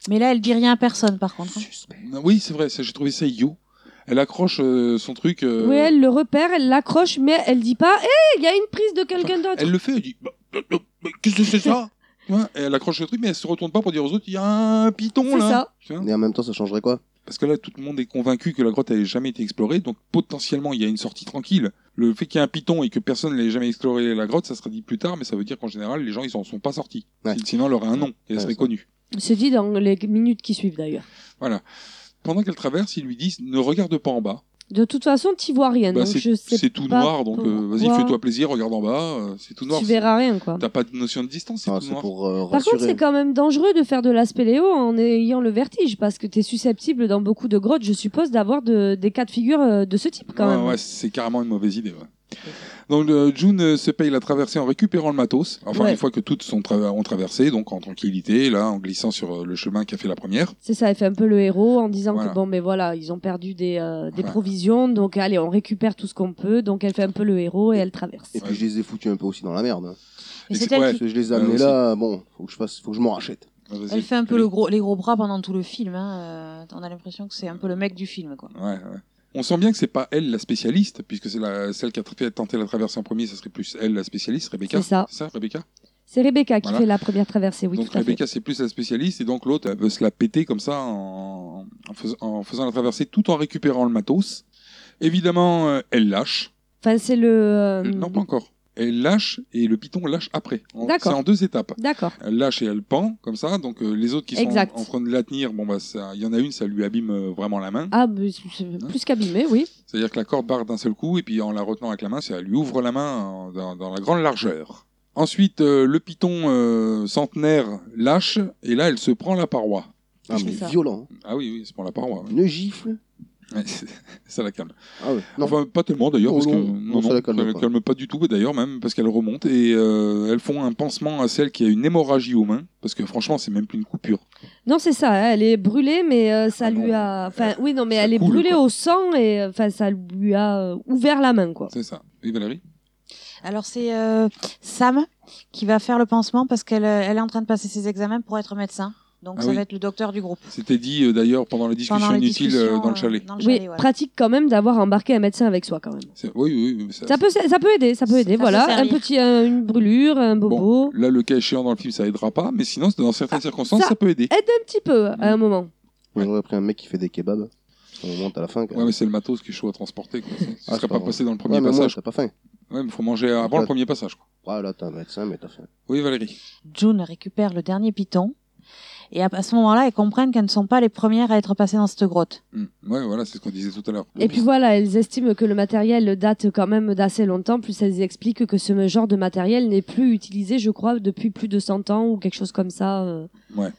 S7: Mais là, elle dit rien à personne, par contre. hein.
S6: Non, Oui, c'est vrai, ça, j'ai trouvé ça idiot. Elle accroche euh, son truc. euh,
S2: Oui, elle le repère, elle l'accroche, mais elle dit pas Hé, il y a une prise de quelqu'un d'autre.
S6: elle le fait, elle dit Bah, bah, bah, bah, Qu'est-ce que c'est ça Tu vois, et Elle accroche le truc, mais elle se retourne pas pour dire aux autres Il y a un piton
S2: C'est
S6: là
S2: ça.
S6: Tu vois
S8: Et en même temps, ça changerait quoi
S6: Parce que là, tout le monde est convaincu que la grotte n'avait jamais été explorée, donc potentiellement, il y a une sortie tranquille. Le fait qu'il y ait un piton et que personne n'ait jamais exploré la grotte, ça sera dit plus tard, mais ça veut dire qu'en général, les gens, ils en sont pas sortis.
S8: Ouais.
S6: Sinon, elle aurait un nom, et elle
S8: Ouais,
S6: serait
S8: ça.
S6: connue.
S2: C'est dit dans les minutes qui suivent d'ailleurs.
S6: Pendant qu'elle traverse, ils lui disent Ne regarde pas en bas.
S2: De toute façon, t'y vois rien.
S6: Bah,
S2: donc
S6: c'est
S2: je sais
S6: c'est tout
S2: pas
S6: noir, donc euh, vas-y,
S2: pourquoi.
S6: fais-toi plaisir, regarde en bas, euh, c'est tout noir.
S2: Tu verras rien, quoi.
S6: T'as pas de notion de distance, c'est
S8: Ah,
S6: tout
S8: C'est
S6: noir.
S8: pour
S2: Par
S8: euh,
S2: contre,
S8: rassurer.
S2: c'est quand même dangereux de faire de la spéléo en ayant le vertige, parce que t'es susceptible dans beaucoup de grottes, je suppose, d'avoir de- des cas de figure euh, de ce type quand
S6: Ouais,
S2: même.
S6: ouais, c'est carrément une mauvaise idée. ouais. Donc euh, June euh, se paye la traversée en récupérant le matos. Enfin,
S2: Ouais.
S6: une fois que toutes sont tra- ont traversé, donc en tranquillité, là, en glissant sur euh, le chemin qu'a fait la première.
S2: C'est ça, elle fait un peu le héros en disant
S6: Voilà.
S2: que bon, mais voilà, ils ont perdu des, euh, des
S6: Ouais.
S2: provisions, donc allez, on récupère tout ce qu'on peut, donc elle fait un peu le héros et elle traverse.
S8: Et puis je les ai foutus un peu aussi dans la merde. hein.
S7: Et
S6: Et
S7: c'est
S6: c'est-
S7: elle
S6: ouais.
S8: Parce
S7: qui
S8: que je les ai
S6: Ouais,
S8: amenés
S6: Ah, aussi.
S8: là, bon, faut que je fasse, faut que je m'en rachète.
S6: Ah, vas-y,
S7: elle fait un peu
S6: allez.
S7: le gros, les gros bras pendant tout le film. Hein. euh, on a l'impression que c'est un peu le mec du film, quoi.
S6: Ouais, ouais. On sent bien que c'est pas elle la spécialiste, puisque c'est la, celle qui a tra- fait- tenté la traversée en premier, ça serait plus elle la spécialiste, Rebecca.
S2: C'est ça.
S6: Rebecca
S2: C'est Rebecca qui
S6: Voilà.
S2: fait la première traversée, oui,
S6: Donc
S2: tout à fait.
S6: Rebecca, c'est plus la spécialiste, et donc l'autre, elle veut se la péter comme ça en, en fais- en faisant la traversée tout en récupérant le matos. Évidemment, euh, elle lâche.
S2: Enfin, c'est le. euh,
S6: Euh, Non, pas encore. Elle lâche et le piton lâche après. En- C'est
S2: D'accord.
S6: en deux étapes.
S2: D'accord.
S6: Elle lâche et elle pend comme ça. Donc euh, les autres qui sont
S2: Exact.
S6: en, en train de la tenir, bon bah ça- il y en a une, ça lui abîme euh, vraiment la main.
S2: Ah, mais c'est- c'est plus qu'abîmé, oui.
S6: C'est-à-dire que la corde barre d'un seul coup et puis en la retenant avec la main, ça lui ouvre la main en- dans, dans la grande largeur. Ensuite, euh, le piton euh, centenaire lâche et là elle se prend la paroi.
S8: Ah,
S2: C'est
S8: mais
S2: ça.
S8: violent.
S6: Ah oui, oui, c'est pour la paroi. ouais.
S8: Une gifle.
S6: Ouais, c'est- ça la calme.
S8: Ah ouais. Non.
S6: Enfin, pas tellement d'ailleurs,
S8: Non,
S6: parce que
S8: non, non, ça la calme pas.
S6: pas du tout, mais d'ailleurs, même parce qu'elle remonte et euh, elles font un pansement à celle qui a une hémorragie aux mains, parce que franchement, c'est même plus une coupure.
S2: Non, c'est ça, hein, elle est brûlée, mais euh, ça
S6: Ah
S2: lui
S6: non,
S2: a. Enfin,
S6: euh,
S2: oui, non, mais
S6: ça
S2: elle est
S6: coule,
S2: brûlée
S6: quoi.
S2: au sang et euh, enfin, ça lui a euh, ouvert la main, quoi.
S6: C'est ça. Oui, Valérie
S7: Alors c'est euh, Sam qui va faire le pansement parce qu'elle euh, elle est en train de passer ses examens pour être médecin. Donc
S6: Ah
S7: ça
S6: oui.
S7: va être le docteur du groupe.
S6: C'était dit euh, d'ailleurs pendant la discussion
S7: Pendant la
S6: inutile euh,
S7: discussion,
S6: dans le
S7: euh,
S6: chalet.
S7: dans le
S2: Oui,
S7: chalet, ouais.
S2: pratique quand même d'avoir embarqué un médecin avec soi, quand même.
S6: C'est- Oui, oui, oui. mais ça-
S2: Ça peut, ça peut aider, ça peut
S7: Ça
S2: aider.
S7: peut
S2: voilà, un
S7: servir.
S2: petit, un- une brûlure, un bobo.
S6: Là, le cas échéant dans le film, ça aidera pas, mais sinon, dans certaines
S7: Ah,
S6: circonstances, ça,
S2: ça-
S6: peut aider.
S2: Aide un petit peu hein, à
S6: Mm.
S2: un moment.
S8: Moi, J'aurais pris un mec qui fait des kebabs. On monte à la fin. Quand
S6: Ouais, mais c'est le matos qui est chaud à transporter. Quoi. C'est- Ce
S8: Ah,
S6: serait
S8: c'est
S6: pas
S8: pas
S6: passé dans le
S8: Ouais,
S6: premier
S8: mais moi,
S6: passage.
S8: t'as pas faim. Ah,
S6: Ouais, mais faut manger avant
S8: Ouais.
S6: le premier passage. Quoi.
S8: Ouais, là, t'as un médecin, mais t'as faim.
S6: Oui, Valérie.
S7: June récupère le dernier piton Et à, à ce moment-là, elles comprennent qu'elles ne sont pas les premières à être passées dans cette grotte.
S6: Hmm. Ouais, voilà, c'est ce qu'on disait tout à l'heure.
S2: Et puis voilà, elles estiment que le matériel date quand même d'assez longtemps, plus elles expliquent que ce genre de matériel n'est plus utilisé, je crois, depuis plus de 100 ans ou quelque chose comme ça. euh.
S6: Ouais.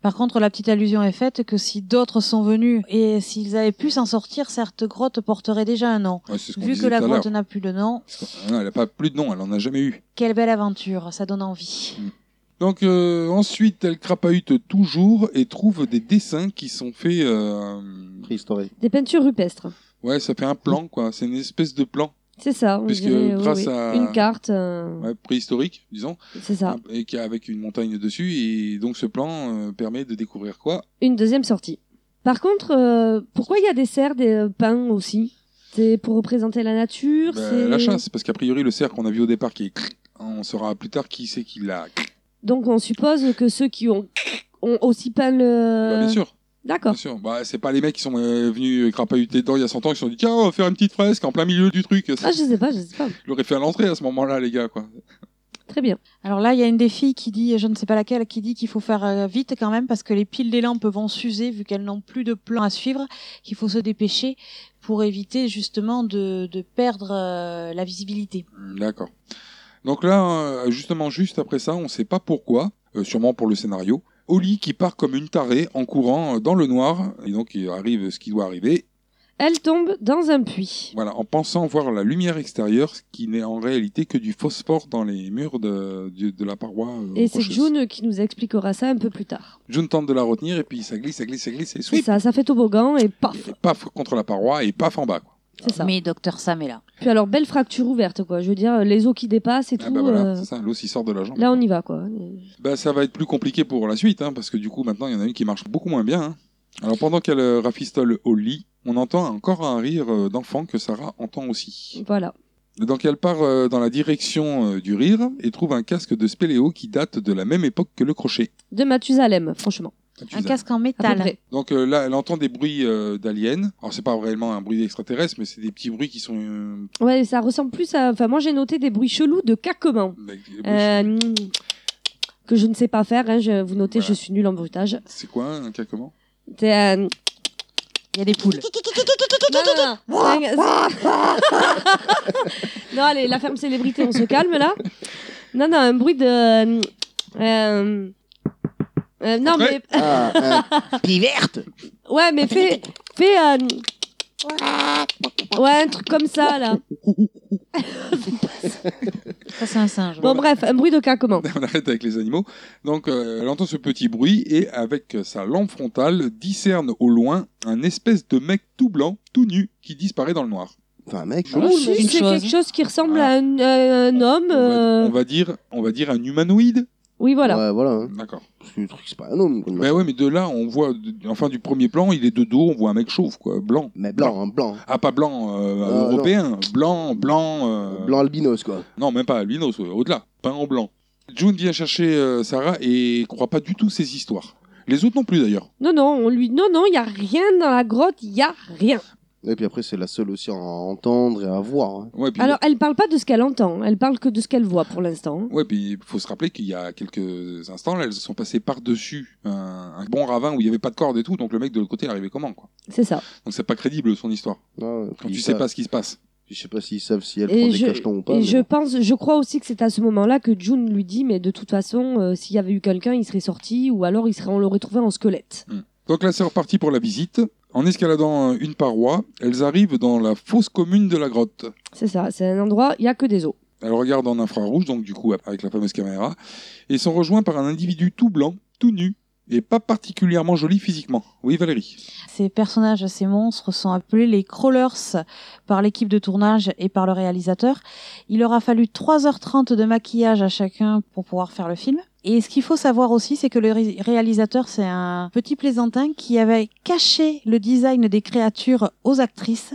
S7: Par contre, la petite allusion est faite que si d'autres sont venus et s'ils avaient pu s'en sortir, cette grotte porterait déjà un nom.
S6: Ouais, c'est ce qu'on
S7: Vu
S6: disait
S7: que la
S6: tout à l'heure.
S7: grotte n'a plus de nom,
S6: Ah non, elle n'a pas plus de nom, elle n'en a jamais eu.
S7: quelle belle aventure, ça donne envie.
S6: Donc euh, ensuite, elle crapahute toujours et trouve des dessins qui sont faits. euh,
S8: Préhistorique.
S2: Des peintures rupestres.
S6: Ouais, ça fait un plan, quoi. C'est une espèce de plan
S2: C'est ça, on
S6: Puisque
S2: dirait, oui,
S6: grâce
S2: oui.
S6: à-
S2: une carte. euh,
S6: ouais, préhistorique, disons,
S2: C'est ça.
S6: et qui a- avec une montagne dessus. Et donc ce plan euh, permet de découvrir quoi
S2: Une deuxième sortie. Par contre, euh, pourquoi il y a des cerfs, des euh, pins aussi C'est pour représenter la nature
S6: Bah,
S2: c'est-
S6: La chasse, parce qu'a priori le cerf qu'on a vu au départ qui est, on saura plus tard qui c'est qui l'a.
S2: Donc on suppose que ceux qui ont, ont aussi peint le.
S6: Bah, bien sûr.
S2: D'accord.
S6: Bien sûr. Bah, c'est pas les mecs qui sont euh, venus crapahuter dedans il y a 100 ans qui se sont dit tiens on va faire une petite fresque en plein milieu du truc.
S2: Ah, je sais pas, je sais pas.
S6: Je l'aurais fait à l'entrée à ce moment-là les gars quoi.
S2: Très bien.
S7: Alors là, il y a une des filles qui dit, je ne sais pas laquelle, qui dit qu'il faut faire euh, vite quand même parce que les piles des lampes vont s'user vu qu'elles n'ont plus de plan à suivre, qu'il faut se dépêcher pour éviter justement de, de perdre euh, la visibilité.
S6: D'accord. Donc là euh, justement juste après ça on sait pas pourquoi, euh, sûrement pour le scénario, Oli qui part comme une tarée en courant euh, dans le noir et donc il arrive ce qui doit arriver.
S2: Elle tombe dans un puits.
S6: Voilà en pensant voir la lumière extérieure ce qui n'est en réalité que du phosphore dans les murs de, du- de la paroi. euh,
S2: Et c'est
S6: rocheuse.
S2: June qui nous expliquera ça un peu plus tard.
S6: June tente de la retenir et puis ça glisse, ça glisse, ça glisse et
S2: C'est
S6: sweep,
S2: ça, ça fait toboggan et paf,
S6: et paf contre la paroi et paf en bas. quoi.
S2: c'est ça.
S7: Mais docteur Sam est là.
S2: Puis alors, belle fracture ouverte, quoi. Je veux dire, les os qui dépassent et
S6: Ah
S2: tout.
S6: bah voilà,
S2: euh,
S6: c'est ça, l'eau s'y sort de la jambe.
S2: Là, on y va, quoi.
S6: Bah, ça va être plus compliqué pour la suite, hein, parce que du coup, maintenant, il y en a une qui marche beaucoup moins bien. hein. Alors, pendant qu'elle euh, rafistole au lit, on entend encore un rire euh, d'enfant que Sarah entend aussi.
S2: Voilà.
S6: Donc, elle part euh, dans la direction euh, du rire et trouve un casque de spéléo qui date de la même époque que le crochet.
S2: De Mathusalem, franchement.
S7: Un
S6: Accusable.
S7: casque en
S2: À peu
S7: métal.
S2: près.
S6: Donc euh, là, elle entend des bruits euh, d'aliens. Alors, c'est pas réellement un bruit extraterrestre, mais c'est des petits bruits qui sont. euh,
S2: Ouais, ça ressemble plus à. Enfin, moi, j'ai noté des bruits chelous de caquement.
S6: avec des bruits-
S2: Euh, mm, que je ne sais pas faire. hein, je, vous notez,
S6: Voilà.
S2: je suis nulle en bruitage.
S6: C'est quoi un caquement
S2: C'est euh, un. Non,
S7: Il y a des poules.
S2: non, non. C'est un- non, allez, la ferme célébrité, on se calme là. Non, non, un bruit de. euh, euh, euh, non,
S6: Après.
S2: mais.
S8: Ah, un pie verte
S2: Ouais, mais fais. Fais. euh, Ouais, un truc comme ça là.
S7: Ça, c'est un singe.
S2: Bon, bref, un bruit de caquement.
S6: on arrête avec les animaux. Donc, euh, elle entend ce petit bruit et, avec euh, sa lampe frontale, discerne au loin un espèce de mec tout blanc, tout nu, qui disparaît dans le noir.
S8: Enfin, mec,
S2: Je trouve
S7: une
S2: c'est
S7: chose.
S2: quelque chose qui ressemble
S6: Voilà.
S2: à un, à un homme.
S6: On va,
S2: euh,
S6: on va dire, on va dire un humanoïde.
S2: Oui, voilà.
S8: Ouais, voilà. hein.
S6: D'accord.
S8: Parce que le truc, c'est pas un homme. quoi, le
S6: Mais
S8: mec.
S6: ouais, mais de là, on voit, de- enfin, du premier plan, il est de dos, on voit un mec chauve, quoi, blanc.
S8: Mais blanc, hein, blanc.
S6: Ah, pas blanc euh,
S8: Ah, non.
S6: européen, blanc, blanc. euh,
S8: Blanc albinos, quoi.
S6: Non, même pas albinos, euh, au-delà, peint en blanc. June vient chercher euh, Sarah et croit pas du tout ces histoires. Les autres non plus d'ailleurs.
S2: Non, non, on lui. Non, non, il y a rien dans la grotte, il y a rien.
S8: Et puis après, c'est la seule aussi à entendre et à voir. hein.
S6: Ouais, puis-
S2: Alors, elle parle pas de ce qu'elle entend, elle parle que de ce qu'elle voit pour l'instant.
S6: Ouais, puis il faut se rappeler qu'il y a quelques instants, là, elles sont passées par-dessus un, un bon ravin où il n'y avait pas de corde et tout, donc le mec de l'autre côté est arrivé comment, quoi.
S2: C'est ça.
S6: Donc c'est pas crédible son histoire,
S8: Ah, Ouais,
S6: quand
S8: puis
S6: tu
S8: ils
S6: sais
S8: savent-
S6: pas ce qui se passe.
S8: Je sais pas s'ils savent si elle prend
S2: Et
S8: des
S2: je,
S8: cachetons ou pas.
S2: et
S8: mais
S2: je
S8: bon.
S2: pense, je crois aussi que c'est à ce moment-là que June lui dit, mais de toute façon, euh, s'il y avait eu quelqu'un, il serait sorti, ou alors il serait, on l'aurait trouvé en squelette.
S6: Donc là, c'est reparti pour la visite. En escaladant euh, une paroi, elles arrivent dans la fosse commune de la grotte.
S2: C'est ça, c'est un endroit, il y a que des os.
S6: Elles regardent en infrarouge, donc du coup, avec la fameuse caméra, et sont rejoints par un individu tout blanc, tout nu, et pas particulièrement joli physiquement. Oui, Valérie.
S7: Ces personnages, ces monstres sont appelés les crawlers par l'équipe de tournage et par le réalisateur. Il leur a fallu 3h30 de maquillage à chacun pour pouvoir faire le film. Et ce qu'il faut savoir aussi, c'est que le ré- réalisateur, c'est un petit plaisantin qui avait caché le design des créatures aux actrices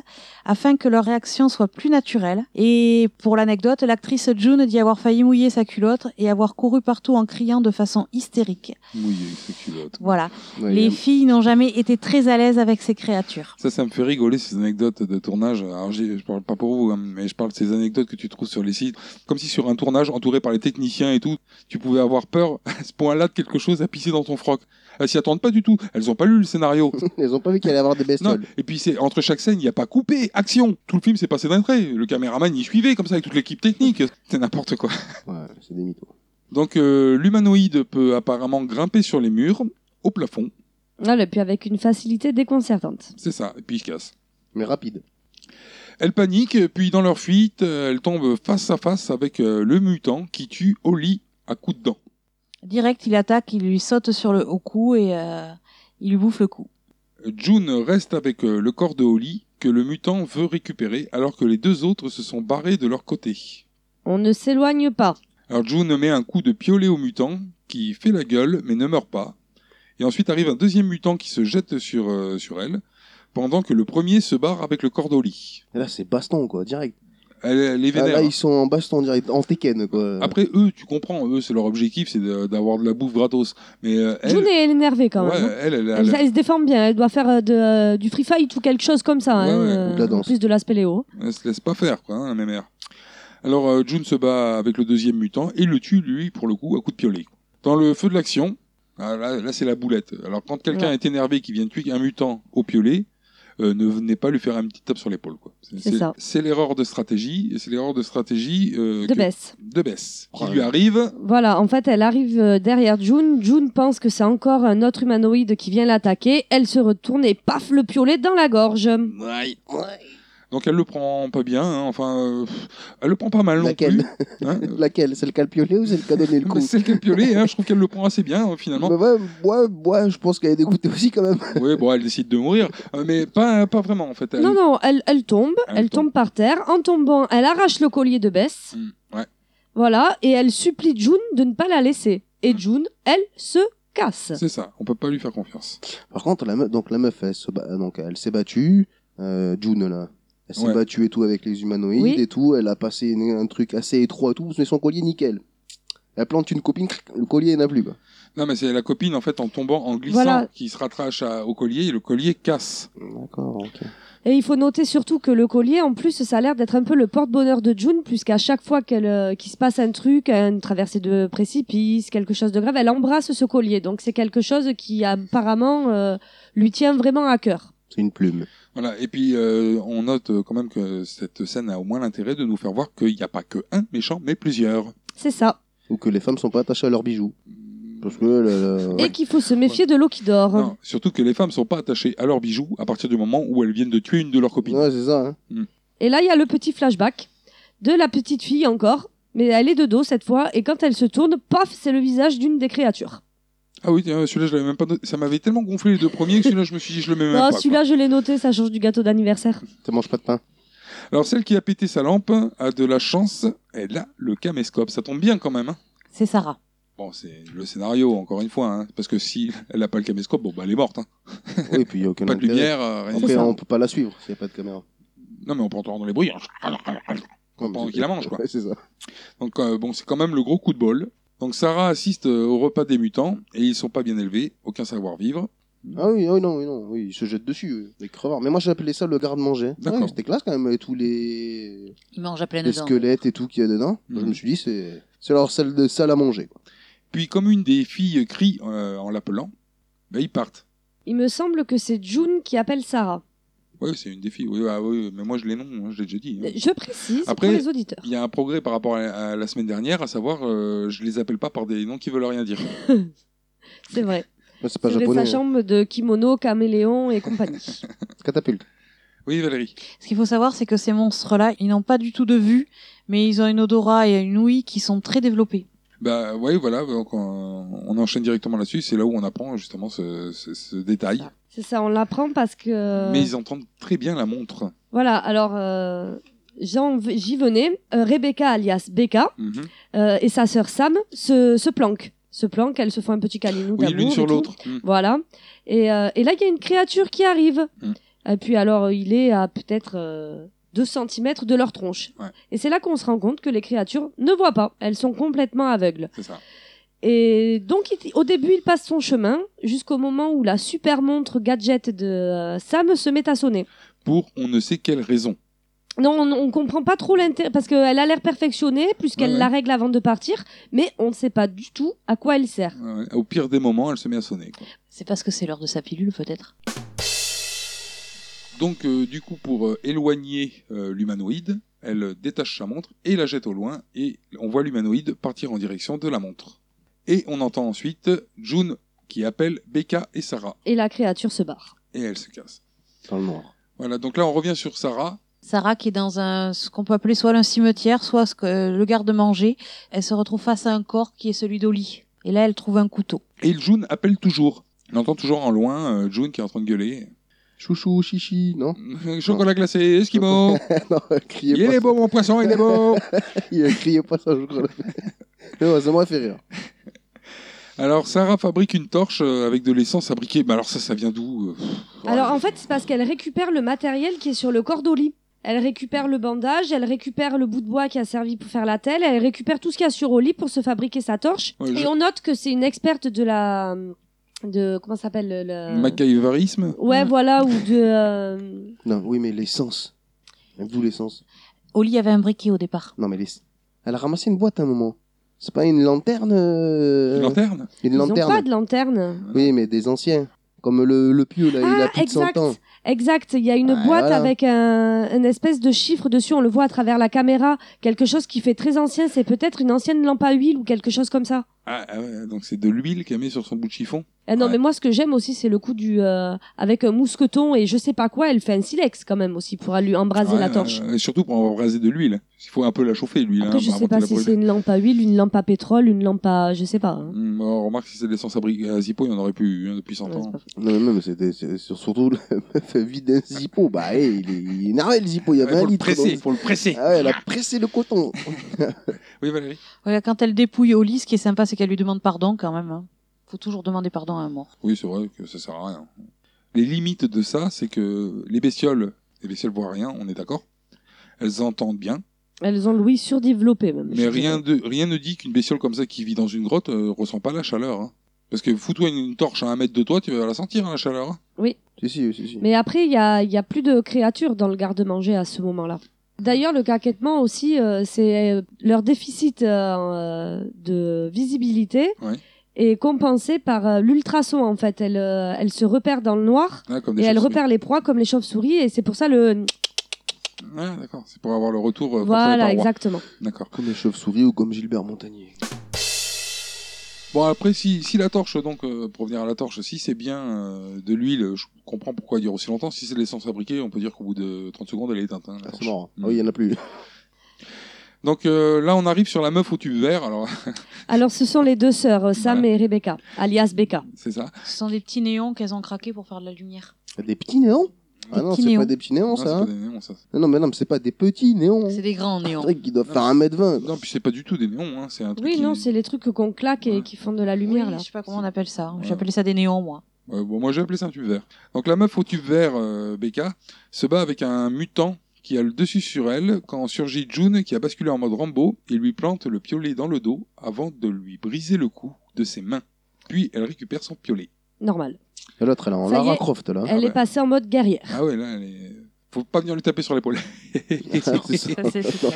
S7: afin que leur réaction soit plus naturelle. Et pour l'anecdote, l'actrice June dit avoir failli mouiller sa culotte et avoir couru partout en criant de façon hystérique.
S6: Oui, c'est culotte.
S7: Voilà.
S8: Ouais,
S7: Les
S8: il y
S7: filles n'ont jamais été très à l'aise avec ces créatures.
S6: Ça, ça me fait rigoler ces anecdotes de tournage. Alors, j'ai- je parle pas pour vous, hein, mais je parle de ces anecdotes que tu trouves sur les sites. Comme si sur un tournage entouré par les techniciens et tout, tu pouvais avoir peur à ce point-là de quelque chose à pisser dans ton froc. Elles s'y attendent pas du tout. Elles ont pas lu le scénario.
S8: Elles ont pas vu qu'il allait avoir des
S6: Non,
S8: bestioles.
S6: et puis c'est entre chaque scène, il n'y a pas coupé, action. Tout le film s'est passé d'un trait. Le caméraman y suivait comme ça avec toute l'équipe technique. C'est n'importe quoi.
S8: Ouais, c'est des mythos.
S6: Donc euh, l'humanoïde peut apparemment grimper sur les murs, au plafond,
S2: Voilà, et puis avec une facilité déconcertante.
S6: c'est ça, et puis il se casse.
S8: Mais rapide.
S6: Elle panique, puis dans leur fuite, euh, elle tombe face à face avec euh, le mutant qui tue Oli à coups de dents.
S7: Direct, il attaque, il lui saute sur le au cou et euh, il lui bouffe le cou.
S6: June reste avec euh, le corps de Holly que le mutant veut récupérer alors que les deux autres se sont barrés de leur côté.
S2: On ne s'éloigne pas.
S6: Alors June met un coup de piolet au mutant qui fait la gueule mais ne meurt pas. Et ensuite arrive un deuxième mutant qui se jette sur, euh, sur elle pendant que le premier se barre avec le corps d'Holly.
S8: Et là, c'est baston, quoi, direct.
S6: Elle, elle est
S8: Ah,
S6: vénère. hein. Ah
S8: là, ils sont en baston, direct, en Tekken, quoi.
S6: Après eux, tu comprends, eux c'est leur objectif c'est de- d'avoir de la bouffe gratos. Mais euh, elle,
S2: June est énervée quand
S6: ouais,
S2: même. hein.
S6: elle, elle,
S2: Elle,
S6: elle-
S2: elle se déforme bien, elle doit faire euh, de, euh, du free fight ou quelque chose comme ça,
S6: Ouais,
S2: hein,
S6: ouais,
S2: euh,
S8: ou de la
S2: en
S8: danse.
S2: plus de l'aspect Léo.
S6: Elle se laisse pas faire, quoi, hein, la même mère. Alors euh, June se bat avec le deuxième mutant et le tue, lui, pour le coup, à coup de piolet. Dans le feu de l'action, ah, là, là, c'est la boulette. Alors quand quelqu'un est énervé qui vient de tuer un mutant au piolet, euh, ne venez pas lui faire un petit tape sur l'épaule. quoi.
S2: C'est ça.
S6: C'est l'erreur de stratégie, et c'est l'erreur de stratégie euh,
S2: De
S6: que-
S2: baisse.
S6: de Bess, qui
S8: Oh là
S6: lui
S8: là.
S6: arrive.
S2: Voilà, en fait, elle arrive euh, derrière June. June pense que c'est encore un autre humanoïde qui vient l'attaquer. Elle se retourne et paf, le piolet dans la gorge.
S6: Donc elle le prend pas bien, hein, enfin, euh, elle le prend pas mal non
S8: Laquelle
S6: plus. hein.
S8: Laquelle C'est le calpiolet ou c'est le cadonné
S6: Mais
S8: le coup
S6: c'est le piolet, hein, je trouve qu'elle le prend assez bien hein, finalement.
S8: Bah ouais, moi, moi, je pense qu'elle est dégoûtée aussi, quand même.
S6: Oui, bon, elle décide de mourir, euh, mais pas, pas vraiment en fait. Elle-
S2: Non, non, elle, elle tombe,
S6: Bah Elle
S2: elle,
S6: tombe.
S2: tombe. par terre. En tombant, elle arrache le collier de Bess.
S6: Hmm, ouais.
S2: Voilà, et elle supplie June de ne pas la laisser. Et June, elle se casse.
S6: C'est ça, on peut pas lui faire confiance.
S8: Par contre, la meuf, donc, la meuf, elle se bat- donc, elle s'est battue, euh, June, là. Elle s'est
S6: Ouais.
S8: battue et tout avec les humanoïdes
S2: Oui.
S8: et tout. Elle a passé une- un truc assez étroit et tout, mais son collier, nickel. Elle plante une copine, cric, le collier n'a plus, quoi.
S6: Non, mais c'est la copine en fait en tombant, en glissant,
S2: Voilà.
S6: qui se rattrache à- au collier et le collier casse.
S8: D'accord, ok.
S2: Et il faut noter surtout que le collier, en plus, ça a l'air d'être un peu le porte-bonheur de June, puisqu'à chaque fois qu'elle, euh, qu'il se passe un truc, une traversée de précipice, quelque chose de grave, elle embrasse ce collier. Donc c'est quelque chose qui apparemment euh, lui tient vraiment à cœur.
S8: C'est une plume.
S6: Voilà, et puis euh, on note euh, quand même que cette scène a au moins l'intérêt de nous faire voir qu'il n'y a pas que un méchant, mais plusieurs.
S2: C'est ça.
S8: Ou que les femmes sont pas attachées à leurs bijoux. Parce que, euh, le- le-
S2: Et qu'il faut se méfier de l'eau qui dort.
S6: Non, surtout que les femmes sont pas attachées à leurs bijoux à partir du moment où elles viennent de tuer une de leurs copines.
S8: Ouais, c'est ça, hein.
S2: Et là, il y a le petit flashback de la petite fille encore, mais elle est de dos cette fois, et quand elle se tourne, paf, c'est le visage d'une des créatures.
S6: Ah oui, tiens, celui-là, je l'avais même pas noté. Ça m'avait tellement gonflé les deux premiers que celui-là, je me suis dit, je le mets même
S2: Ah,
S6: pas. quoi.
S2: celui-là, je l'ai noté, ça change du gâteau d'anniversaire.
S8: Ça mange pas de pain.
S6: Alors, celle qui a pété sa lampe a de la chance. Elle a le caméscope. Ça tombe bien quand même. hein.
S7: C'est Sarah.
S6: Bon, c'est le scénario, encore une fois. hein, Parce que si elle n'a pas le caméscope, bon, bah, elle est morte. hein.
S8: Oui, et puis il n'y a aucun
S6: Pas de
S8: intérêt.
S6: lumière, euh, rien.
S8: Après,
S2: ça.
S8: on peut pas la suivre s'il n'y a pas de caméra.
S6: Non, mais on peut entendre les bruits.
S8: Non, mais
S6: Pendant
S8: c'est-
S6: qu'il la mange, quoi.
S8: Ouais, c'est ça.
S6: Donc, euh, bon, c'est quand même le gros coup de bol. Donc, Sarah assiste euh, au repas des mutants et ils sont pas bien élevés, aucun savoir-vivre.
S8: Ah oui, oui, non, oui, non, oui, ils se jettent dessus, eux, les crevards. Mais moi, j'appelais ça le garde-manger.
S6: D'accord.
S8: Ouais, C'était classe quand même, avec tous les,
S7: Il mange à pleine
S8: les
S7: dent.
S8: squelettes et tout qu'il y a dedans.
S6: Mhm.
S8: Je me suis dit, c'est c'est leur salle de salle à manger. quoi.
S6: Puis, comme une des filles crie euh, en l'appelant, bah, ils partent.
S2: Il me semble que c'est June qui appelle Sarah.
S6: Oui, c'est une des filles. Oui, ah, oui, mais moi, je les noms, hein, je l'ai déjà dit. hein.
S2: Je précise
S6: Après-
S2: pour les auditeurs.
S6: Il y a un progrès par rapport à, à la semaine dernière, à savoir, euh, je les appelle pas par des noms qui veulent rien dire.
S2: C'est vrai.
S8: Ouais, c'est pas
S2: C'est vrai,
S8: japonais.
S2: sa chambre de kimono, caméléon et compagnie.
S8: hein. Catapulte.
S6: Oui, Valérie.
S7: Ce qu'il faut savoir, c'est que ces monstres-là, ils n'ont pas du tout de vue, mais ils ont une odorat et une ouïe qui sont très développées.
S6: Bah, oui, voilà. Donc, on, on enchaîne directement là-dessus. C'est là où on apprend justement ce, ce- ce détail.
S2: C'est ça, on l'apprend parce que...
S6: Mais ils entendent très bien la montre.
S2: Voilà, alors euh, j'en- j'y venais. Euh, Rebecca alias Becca
S6: Mhm.
S2: euh, et sa sœur Sam se, se planquent. Se planquent, elles se font un petit câlinou
S6: Oui,
S2: d'amour
S6: l'une
S2: et
S6: sur
S2: tout.
S6: l'autre. Mm.
S2: Voilà. Et, euh, et là, il y a une créature qui arrive.
S6: Mm.
S2: Et puis alors, il est à peut-être euh, 2 cm de leur tronche.
S6: Ouais.
S2: Et c'est là qu'on se rend compte que les créatures ne voient pas. Elles sont complètement aveugles.
S6: C'est ça.
S2: Et donc, il- au début, il passe son chemin jusqu'au moment où la super montre gadget de euh, Sam se met à sonner.
S6: Pour on ne sait quelle raison.
S2: Non, on, on comprend pas trop l'intérêt parce qu'elle a l'air perfectionnée puisqu'elle
S6: Ouais, ouais.
S2: la règle avant de partir, mais on ne sait pas du tout à quoi elle sert.
S6: Ouais, Euh, Au pire des moments, elle se met à sonner. quoi.
S7: C'est parce que c'est l'heure de sa pilule, peut-être.
S6: Donc, euh, du coup, pour euh, éloigner euh, l'humanoïde, elle détache sa montre et la jette au loin, et on voit l'humanoïde partir en direction de la montre. Et on entend ensuite June qui appelle Becca et Sarah,
S2: Et la créature se barre.
S6: et elle se casse.
S8: Dans le noir.
S6: Voilà, donc là, on revient sur Sarah.
S7: Sarah, qui est dans un, ce qu'on peut appeler soit un cimetière, soit ce que, euh, le garde-manger, elle se retrouve face à un corps qui est celui d'Oli. Et là, elle trouve un couteau.
S6: Et June appelle toujours. On entend toujours en loin euh, June qui est en train de gueuler.
S8: Chouchou, chichi, non
S6: Chocolat glacé, Esquimau
S8: Non, euh, criez
S6: Il
S8: pas
S6: est
S8: ça.
S6: beau, mon poisson, il est beau
S8: Il a crié pas ça, je crois. Non, ça m'a fait rire.
S6: Alors, Sarah fabrique une torche euh, avec de l'essence à briquet. Bah, alors, ça, ça vient d'où euh, pff,
S2: Alors
S6: ouais.
S2: en fait, c'est parce qu'elle récupère le matériel qui est sur le corps d'Oli. Elle récupère le bandage, elle récupère le bout de bois qui a servi pour faire la telle, elle récupère tout ce qu'il y a sur Oli pour se fabriquer sa torche.
S6: Ouais,
S2: et
S6: je-
S2: on note que c'est une experte de la. de. comment ça s'appelle le- le-
S6: Macaïvarisme
S2: Ouais,
S8: Mm.
S2: voilà, ou de. euh,
S8: Non, oui, mais l'essence. D'où l'essence
S7: Oli avait un briquet au départ.
S8: Non, mais l'ess- Elle a ramassé une boîte à un moment. C'est pas une lanterne euh,
S6: Une lanterne
S8: Une
S2: Ils ont
S8: lanterne.
S2: pas de lanterne.
S8: Oui, mais des anciens. Comme le, le pieu, là, il a
S2: Ah,
S8: plus de 100
S2: exact.
S8: ans.
S2: Exact, il y a une
S8: Ah,
S2: boîte
S8: voilà.
S2: avec un, une espèce de chiffre dessus, on le voit à travers la caméra, quelque chose qui fait très ancien, c'est peut-être une ancienne lampe à huile ou quelque chose comme ça.
S6: Ah, ah ouais, donc c'est de l'huile qu'elle met sur son bout de chiffon.
S2: Ah non,
S6: Ouais.
S2: mais moi ce que j'aime aussi, c'est le coup du... euh, avec un mousqueton et je sais pas quoi, elle fait un silex quand même aussi pour lui embraser
S6: Ouais,
S2: la
S6: ouais,
S2: torche.
S6: ouais, et surtout pour embraser de l'huile. Il faut un peu la chauffer, l'huile.
S2: Après,
S6: hein,
S2: je
S6: pour
S2: sais
S6: inventer
S2: pas
S6: la
S2: si
S6: brûlure.
S2: c'est une lampe à huile, une lampe à pétrole, une lampe à... je sais pas. hein.
S6: Hum, on remarque si c'est de l'essence à, bri- à Zippo, il y en aurait plus eu, hein, depuis 100
S2: Ouais,
S6: ans.
S2: c'est pas faux.
S8: Non, mais même, c'était c'est- sur- surtout le meuf vide d'un zippo. Bah, hey, il est il est énervé, le zippo. Il y
S6: Il
S8: avait un
S6: faut le
S8: litre.
S6: presser,
S8: dans-
S6: faut le presser.
S8: Ah ouais, elle a pressé le coton.
S6: Oui, Valérie
S7: Voilà, quand elle dépouille Oli, ce qui est sympa, c'est qu'elle lui demande pardon quand même. hein. Faut toujours demander pardon à un mort.
S6: Oui, c'est vrai que ça sert à rien. Les limites de ça, c'est que les bestioles, les bestioles voient rien, on est d'accord. Elles entendent bien,
S2: Elles ont l'ouïe surdéveloppée même.
S6: mais
S2: je
S6: rien,
S2: dirais.
S6: de, rien ne dit qu'une bestiole comme ça qui vit dans une grotte euh, ressent pas la chaleur. hein. Parce que fous-toi une, une torche à un mètre de toi, tu vas la sentir hein, la chaleur. hein.
S8: si, si, si. si.
S2: Mais après, il y a, il y a plus de créatures dans le garde-manger à ce moment-là. D'ailleurs, le caquettement aussi, euh, c'est euh, leur déficit euh, de visibilité
S6: Ouais.
S2: est compensé par euh, l'ultrason. En fait, elle, euh, elle se repère dans le noir
S6: Ah, comme des
S2: et elle
S6: chauves-souris.
S2: repère les proies comme les chauves-souris et c'est pour ça le
S6: Ah, d'accord, c'est pour avoir le retour. euh, contre les
S2: voilà
S6: parois.
S2: exactement.
S6: D'accord.
S8: Comme les chauves-souris ou comme Gilbert Montagnier.
S6: Bon, après, si, si la torche, donc, euh, pour revenir à la torche, si c'est bien euh, de l'huile, je comprends pourquoi elle dure aussi longtemps. Si c'est de l'essence fabriquée, on peut dire qu'au bout de 30 secondes, elle est éteinte. hein, la
S8: Ah, c'est
S6: torche.
S8: marrant.
S6: Mm.
S8: Ah oui, il y en a plus.
S6: Donc euh, là, on arrive sur la meuf au tube vert. Alors,
S2: Alors, ce sont les deux sœurs, euh, Sam
S6: Voilà.
S2: et Rebecca, alias Becca.
S6: c'est ça.
S7: Ce sont des petits néons qu'elles ont craqués pour faire de la lumière.
S8: Des petits néons Ah
S7: Des
S8: non,
S7: petits
S8: c'est
S7: néons.
S8: pas des petits néons,
S6: Non, c'est
S8: ça.
S6: pas
S8: hein.
S6: des néons, ça.
S8: Non, non, mais non, mais c'est pas des petits néons.
S7: C'est des grands
S8: Un
S7: néons.
S8: truc qui doit faire
S6: Non,
S8: 1m20.
S6: Non, puis c'est pas du tout des néons, hein, c'est un truc.
S2: Oui,
S6: qui-
S2: non, c'est les trucs qu'on claque
S6: Ouais.
S2: et qui font de la lumière
S7: Oui,
S2: là.
S7: Je sais pas comment on appelle ça.
S6: Ouais.
S7: J'appelais ça des néons, moi.
S6: Ouais, Euh, bon, moi j'ai appelé ça un tube vert. Donc la meuf au tube vert, euh, Becca, se bat avec un mutant qui a le dessus sur elle quand surgit June qui a basculé en mode Rambo et lui plante le piolet dans le dos avant de lui briser le cou de ses mains. Puis elle récupère son piolet.
S2: Normal.
S8: Et L'autre, elle est en
S2: Ça y
S8: Lara
S2: est.
S8: Croft, là.
S2: Elle
S6: bah.
S2: est passée en mode guerrière.
S6: Ah ouais, là, elle est... faut pas venir lui taper sur l'épaule.
S8: C'est ça.
S7: Ça, c'est super.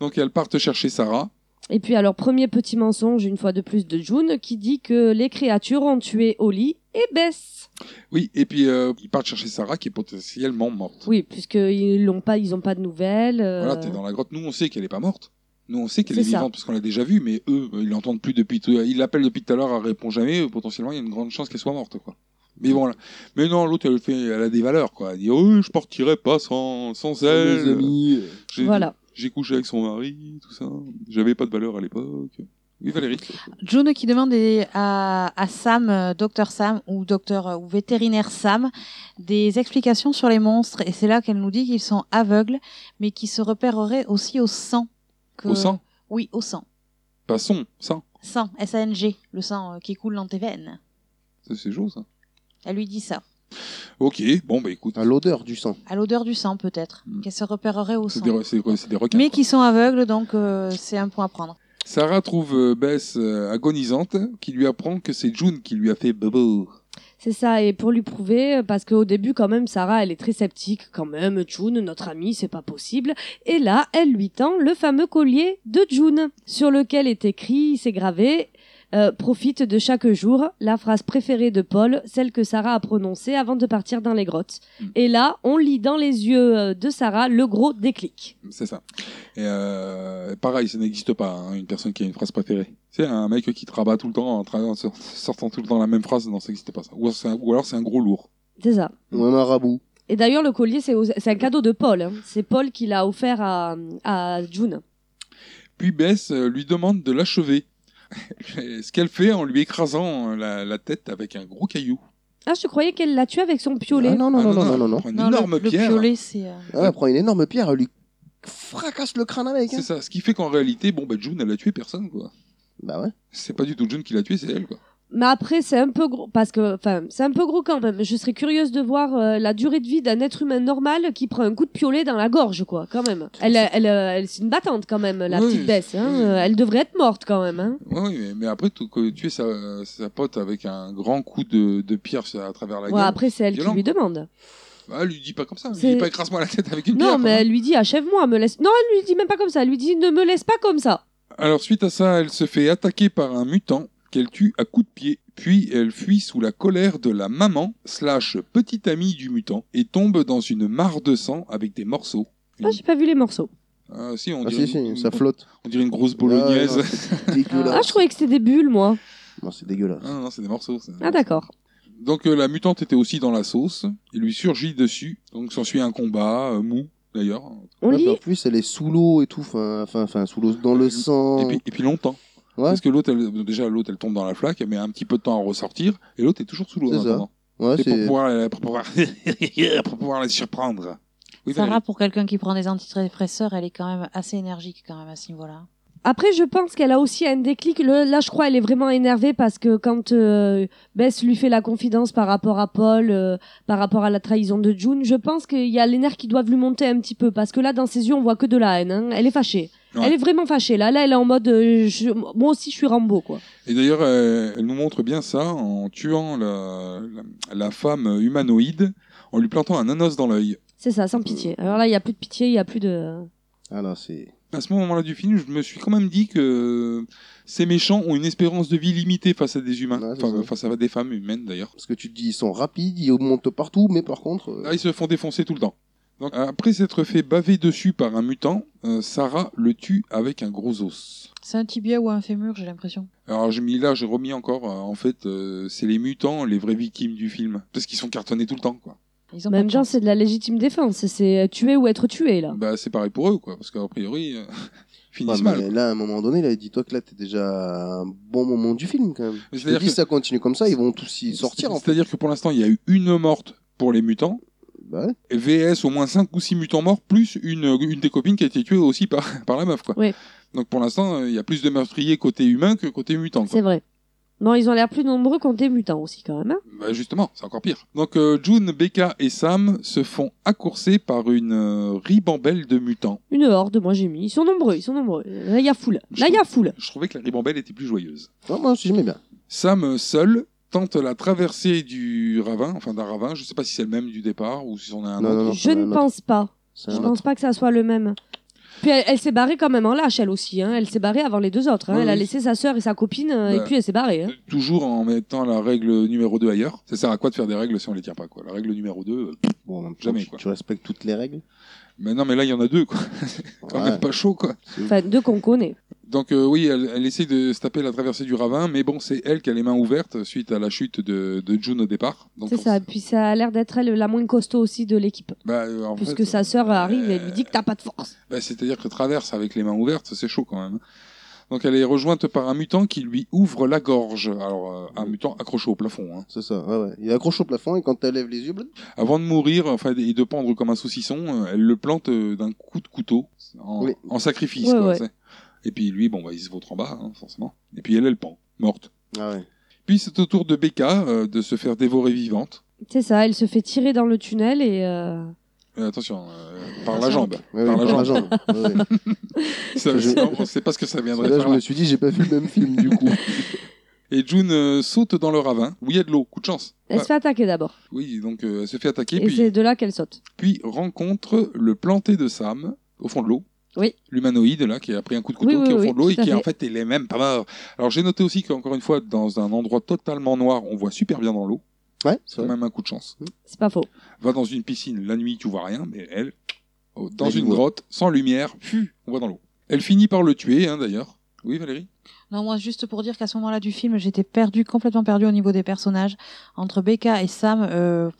S6: Donc elles partent chercher Sarah.
S2: Et puis alors, premier petit mensonge, une fois de plus, de June, qui dit que les créatures ont tué Oli et Bess.
S6: Oui, et puis euh, ils partent chercher Sarah qui est potentiellement morte.
S2: Oui, puisqu'ils l'ont pas, ils ont pas de nouvelles. euh,
S6: Voilà, t'es dans la grotte. Nous, on sait qu'elle est pas morte. Nous, on sait qu'elle est,
S2: C'est ça.
S6: vivante parce qu'on l'a déjà vue, mais eux, euh, ils l'entendent plus depuis tout. Ils l'appellent depuis tout à l'heure, elle répond jamais. euh, Potentiellement, il y a une grande chance qu'elle soit morte, quoi. Mais bon, là. mais non, l'autre, elle, fait, elle a des valeurs, quoi. Elle dit, oh, je partirai pas sans, sans
S8: Mes
S6: elle.
S8: amis.
S6: J'ai-
S2: Voilà.
S6: J'ai couché avec son mari, tout ça. J'avais pas de valeur à l'époque. Oui, Valérie.
S7: June qui demande des- à, à Sam, euh, docteur Sam ou docteur euh, ou vétérinaire Sam, des explications sur les monstres. Et c'est là qu'elle nous dit qu'ils sont aveugles, mais qu'ils se repéreraient aussi au sang. que-
S6: Au sang.
S7: Oui, au sang.
S6: Pas son, sang.
S7: Sang, S-A-N-G, le sang euh, qui coule dans tes veines.
S6: Ça, C'est chaud, ça.
S7: Elle lui dit ça.
S6: Ok, bon, bah écoute.
S8: À l'odeur du sang.
S7: À l'odeur du sang, peut-être.
S6: Mm.
S7: Qu'elle se repérerait au sang.
S6: C'est des, c'est- c'est des requins.
S7: Mais
S6: quoi.
S7: qui sont aveugles, donc euh, c'est un point à prendre.
S6: Sarah trouve euh, Bess euh, agonisante, qui lui apprend que c'est June qui lui a fait bobo.
S2: C'est ça, et pour lui prouver, euh, parce qu'au début, quand même, Sarah, elle est très sceptique, quand même, June, notre amie, c'est pas possible. Et là, elle lui tend le fameux collier de June, sur lequel est écrit, c'est gravé, euh, profite de chaque jour, la phrase préférée de Paul, celle que Sarah a prononcée avant de partir dans les grottes. Et là, on lit dans les yeux euh, de Sarah le gros déclic.
S6: C'est ça. Et euh, pareil, ça n'existe pas, hein, une personne qui a une phrase préférée. C'est un mec qui te rabat tout le temps en, tra- en sort- sortant tout le temps la même phrase, non, ça n'existe pas ça. Ou, c'est un- ou alors c'est un gros lourd.
S2: C'est ça.
S8: Ou un marabout.
S2: Et d'ailleurs, le collier, c'est aux- c'est un cadeau de Paul. hein. C'est Paul qui l'a offert à, à June.
S6: Puis Bess euh, lui demande de l'achever. Ce qu'elle fait en lui écrasant euh, la, la tête avec un gros caillou.
S2: Ah, je croyais qu'elle l'a tué avec son piolet.
S8: Ah, non, non,
S6: Ah,
S8: non,
S6: non,
S8: non, non, non, non.
S6: Prend une
S7: Non, le-
S6: énorme
S7: le,
S6: pierre.
S7: piolet, c'est. euh,
S8: Ah, elle prend une énorme pierre, elle lui fracasse le crâne avec. hein.
S6: C'est ça. Ce qui fait qu'en réalité, bon, bah, June, elle a tué personne, quoi.
S8: Bah ouais.
S6: C'est pas du tout June qui l'a tué, c'est elle, quoi.
S2: Mais après, c'est un peu gros, parce que, enfin, c'est un peu gros quand même. Je serais curieuse de voir euh, la durée de vie d'un être humain normal qui prend un coup de piolet dans la gorge, quoi, quand même. Elle, elle, euh, elle- c'est une battante quand même, la
S6: Oui,
S2: petite Bess. hein.
S6: oui. Bah,
S2: Euh, Elle devrait être morte quand même. hein.
S6: Ouais, ouais, mais, mais après, tout, que tuer sa, sa pote avec un grand coup de, de pierre sur- à travers la
S2: Ouais,
S6: gueule,
S2: après, c'est elle
S6: violent.
S2: qui lui demande.
S6: bah, elle lui dit pas comme ça. Elle lui
S2: C'est-
S6: dit pas écrase-moi la tête avec une pierre.
S2: Non,
S6: quand
S2: mais
S6: même.
S2: elle lui dit achève-moi, me laisse. Non, elle lui dit même pas comme ça. Elle lui dit ne me laisse pas comme ça.
S6: Alors, suite à ça, elle se fait attaquer par un mutant qu'elle tue à coups de pied. Puis, elle fuit sous la colère de la maman, slash petite amie du mutant, et tombe dans une mare de sang avec des morceaux.
S2: Ah, j'ai pas vu les morceaux.
S6: Ah, si, on
S8: Ah
S6: dirait,
S8: si, si,
S6: une,
S8: ça flotte.
S6: on dirait une grosse bolognaise.
S8: Ah, non, c'est
S2: Ah, je
S8: dégueulasse.
S2: croyais que c'était des bulles, moi.
S8: Non, c'est dégueulasse.
S6: Ah, non, non, c'est des morceaux. ça.
S2: Ah, d'accord.
S6: Donc euh, la mutante était aussi dans la sauce, il lui surgit dessus, donc s'ensuit un combat euh, mou d'ailleurs,
S2: On
S8: Ouais, puis
S2: lit.
S8: en plus, elle est sous l'eau et tout, enfin, enfin, enfin, sous l'eau, dans le sang.
S6: et puis, et puis longtemps.
S8: Ouais.
S6: Parce que l'autre, elle- déjà l'autre, elle tombe dans la flaque, elle met un petit peu de temps à ressortir, et l'autre est toujours sous l'eau.
S8: C'est
S6: en
S8: ça.
S6: attendant.
S8: ouais,
S6: C'est pour
S8: c'est.
S6: pouvoir, euh, pour pouvoir, pour pouvoir la surprendre. Oui,
S7: Sarah,
S6: Valérie.
S7: pour quelqu'un qui prend des antidépresseurs, elle est quand même assez énergique quand même à ce niveau-là.
S2: Après, je pense qu'elle a aussi un déclic. Le- là, je crois, elle est vraiment énervée parce que quand euh, Bess lui fait la confidence par rapport à Paul, euh, par rapport à la trahison de June, je pense qu'il y a les nerfs qui doivent lui monter un petit peu parce que là, dans ses yeux, on voit que de la haine. hein. Elle est fâchée.
S6: Ouais.
S2: Elle est vraiment fâchée. Là, là, elle est en mode, euh, je- moi aussi, je suis Rambo, quoi.
S6: Et d'ailleurs, euh, elle nous montre bien ça en tuant la, la- la femme humanoïde en lui plantant un anos dans l'œil.
S2: C'est ça, sans pitié. Alors là, il y a plus de pitié, il y a plus de.
S8: Ah non, c'est.
S6: À ce moment-là du film, je me suis quand même dit que ces méchants ont une espérance de vie limitée face à des humains,
S8: Ouais, c'est
S6: Enfin,
S8: ça.
S6: face à des femmes humaines d'ailleurs.
S8: Parce que tu te dis, ils sont rapides, ils montent partout, mais par contre. euh,
S6: Là, ils se font défoncer tout le temps. Donc, après s'être fait baver dessus par un mutant, euh, Sarah le tue avec un gros os.
S7: C'est un tibia ou un fémur, j'ai l'impression.
S6: Alors j'ai mis là, j'ai remis encore, euh, en fait, euh, c'est les mutants, les vraies victimes du film. Parce qu'ils sont cartonnés tout le temps, quoi.
S7: Ils ont
S2: En même
S7: pas de
S2: temps,
S7: chance.
S2: c'est de la légitime défense. C'est euh, tuer ou être tué, là.
S6: Bah c'est pareil pour eux, quoi. Parce qu'a priori, euh, ils
S8: ouais,
S6: finissent
S8: bah, mais
S6: mal.
S8: là, à un moment donné, là, dis-toi que là, t'es déjà à un bon moment du film quand même.
S6: Mais
S8: Je
S6: c'est-à-dire
S8: te dis,
S6: que-
S8: ça continue comme ça, ils vont tous y sortir en fait.
S6: C'est-à-dire que pour l'instant, il y a eu une morte pour les mutants.
S8: Bah ouais.
S6: et VS au moins 5 ou 6 mutants morts, plus une, euh, une des copines qui a été tuée aussi par, par la meuf. Quoi.
S2: Oui.
S6: Donc pour l'instant, euh, il y a plus de meurtriers côté humain que côté mutant. quoi.
S2: C'est vrai. Bon, ils ont l'air plus nombreux qu'on des mutants aussi, quand même. hein.
S6: Bah justement, c'est encore pire. Donc euh, June, Becca et Sam se font accourser par une euh, ribambelle de mutants.
S2: Une horde, moi j'ai mis. Ils sont nombreux, ils sont nombreux. Là, il y a foule. Là, il y a foule.
S6: Je trouvais que la ribambelle était plus joyeuse.
S8: Ouais, moi aussi, j'aimais bien.
S6: Sam, euh, seul, tente la traversée du ravin, enfin d'un ravin, je sais pas si c'est le même du départ ou si on a un
S8: Non,
S6: autre.
S8: non, non.
S2: Je
S8: c'est un
S2: ne
S8: autre.
S2: pense pas.
S8: C'est
S2: Je
S8: un
S2: pense pas que ça soit le même. Puis elle, elle s'est barrée quand même en lâche, elle aussi. hein. Elle s'est barrée avant les deux autres. hein.
S6: Oui,
S2: elle a
S6: oui.
S2: laissé sa sœur et sa copine, euh,
S6: Bah.
S2: et puis elle s'est barrée. hein.
S6: Euh, Toujours en mettant la règle numéro 2 ailleurs. Ça sert à quoi de faire des règles si on les tient pas quoi La règle numéro 2, euh, pff,
S8: Bon, en même temps,
S6: Jamais,
S8: tu,
S6: quoi.
S8: tu respectes toutes les règles.
S6: mais non mais là il y en a deux quoi. Quand
S8: Ouais.
S6: même pas chaud quoi.
S2: Enfin, deux qu'on connaît.
S6: Donc euh, oui, elle, elle essaie de se taper la traversée du ravin, mais bon, c'est elle qui a les mains ouvertes suite à la chute de, de June au départ. Donc,
S2: C'est
S6: on-
S2: ça. Et puis ça a l'air d'être elle la moins costaud aussi de l'équipe.
S6: Bah, euh, en
S2: Puisque
S6: fait,
S2: sa sœur arrive et elle lui dit
S6: euh,
S2: que t'as pas de force.
S6: bah, C'est-à-dire que traverse avec les mains ouvertes, c'est chaud quand même. hein. Donc elle est rejointe par un mutant qui lui ouvre la gorge. Alors euh, un mutant accroché au plafond. hein.
S8: C'est ça, ouais, ouais. Il accroche au plafond et quand t'as lève les yeux, bleu,
S6: Avant de mourir, enfin et de pendre comme un saucisson, euh, elle le plante euh, d'un coup de couteau en,
S8: Oui.
S6: en sacrifice.
S2: Ouais,
S6: quoi,
S2: ouais.
S6: c'est- Et puis lui, bon bah il se vautre en bas hein, forcément. Et puis elle, elle pend, morte.
S8: Ah ouais.
S6: Puis c'est au tour de Becca euh, de se faire dévorer vivante.
S2: C'est ça. Elle se fait tirer dans le tunnel et. euh,
S6: Euh, attention, euh, par la jambe.
S8: Ouais,
S6: Par
S8: ouais,
S6: la
S8: par la jambe. Ah Ouais, ouais.
S6: Ça,
S8: Je-
S6: c'est- on ne sait pas ce que ça
S8: Parce
S6: viendrait
S8: que là,
S6: faire.
S8: je me
S6: là.
S8: suis dit, j'ai pas vu le même film du coup.
S6: Et June euh, saute dans le ravin, où il y a de l'eau, coup de chance.
S2: Elle se fait attaquer d'abord.
S6: Oui, donc euh, elle se fait attaquer,
S2: Et
S6: puis,
S2: c'est de là qu'elle saute.
S6: puis rencontre le planté de Sam au fond de l'eau.
S2: Oui.
S6: L'humanoïde, là, qui a pris un coup de couteau,
S2: Oui, oui,
S6: qui est au fond
S2: oui,
S6: de l'eau et
S2: tout à
S6: qui, en
S2: fait.
S6: fait, il est même pas mort. Alors, j'ai noté aussi qu'encore une fois, dans un endroit totalement noir, on voit super bien dans l'eau.
S8: Ouais,
S6: C'est quand même un coup de chance.
S2: C'est pas faux.
S6: Va dans une piscine, la nuit, tu vois rien, mais elle, oh, dans
S8: Elle
S6: une
S8: voit.
S6: grotte, sans lumière, pfu, on voit dans l'eau. Elle finit par le tuer, hein, d'ailleurs. Oui, Valérie
S7: Non, moi, juste pour dire qu'à ce moment-là du film, j'étais perdu, complètement perdu au niveau des personnages. Entre Becca et Sam, euh,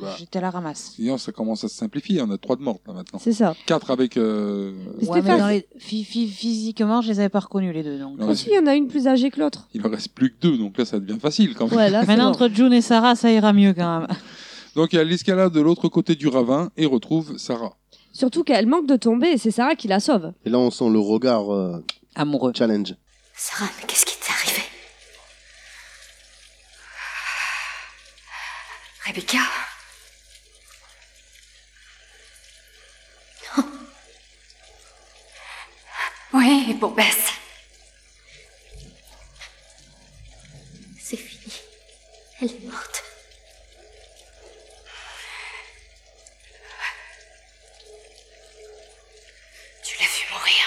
S6: Bah.
S7: j'étais à la ramasse.
S6: Sinon, ça commence à se simplifier. On a trois de mortes, là, maintenant.
S2: C'est ça.
S6: Quatre avec. euh,
S2: Mais
S7: Ouais, mais
S2: Stéphane-
S7: dans les- phy- phy- physiquement, je les avais pas reconnus les deux. Donc.
S6: il en reste-
S2: Aussi, il y en a une plus âgée que l'autre.
S6: Il en reste plus que deux, donc là, ça devient facile quand même.
S2: Ouais, là, c'est
S7: Maintenant,
S2: bon.
S7: entre June et Sarah, ça ira mieux quand même.
S6: Donc elle escalade de l'autre côté du ravin et retrouve Sarah.
S2: Surtout qu'elle manque de tomber et c'est Sarah qui la sauve.
S8: Et là, on sent le regard euh,
S7: Amoureux.
S8: challenge.
S10: Sarah, mais qu'est-ce qui t'est arrivé Rebecca
S5: Oui, bon, ben, ça-
S10: C'est fini. Elle est morte.
S5: tu l'as vu mourir.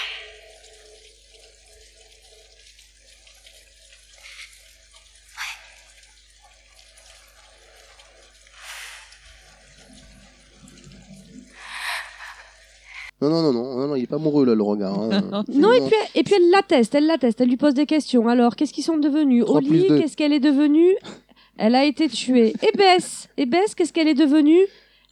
S8: Non, non, non, non, non, non, il est pas amoureux, là, le regard. hein.
S2: Non, et
S8: C'est
S2: puis, et puis elle l'atteste, elle l'atteste, elle lui pose des questions. Alors, qu'est-ce qu'ils sont devenus
S8: Trois plus
S2: Oli,
S8: deux.
S2: qu'est-ce qu'elle est devenue Elle a été tuée. Et Bess, et Bess, qu'est-ce qu'elle est devenue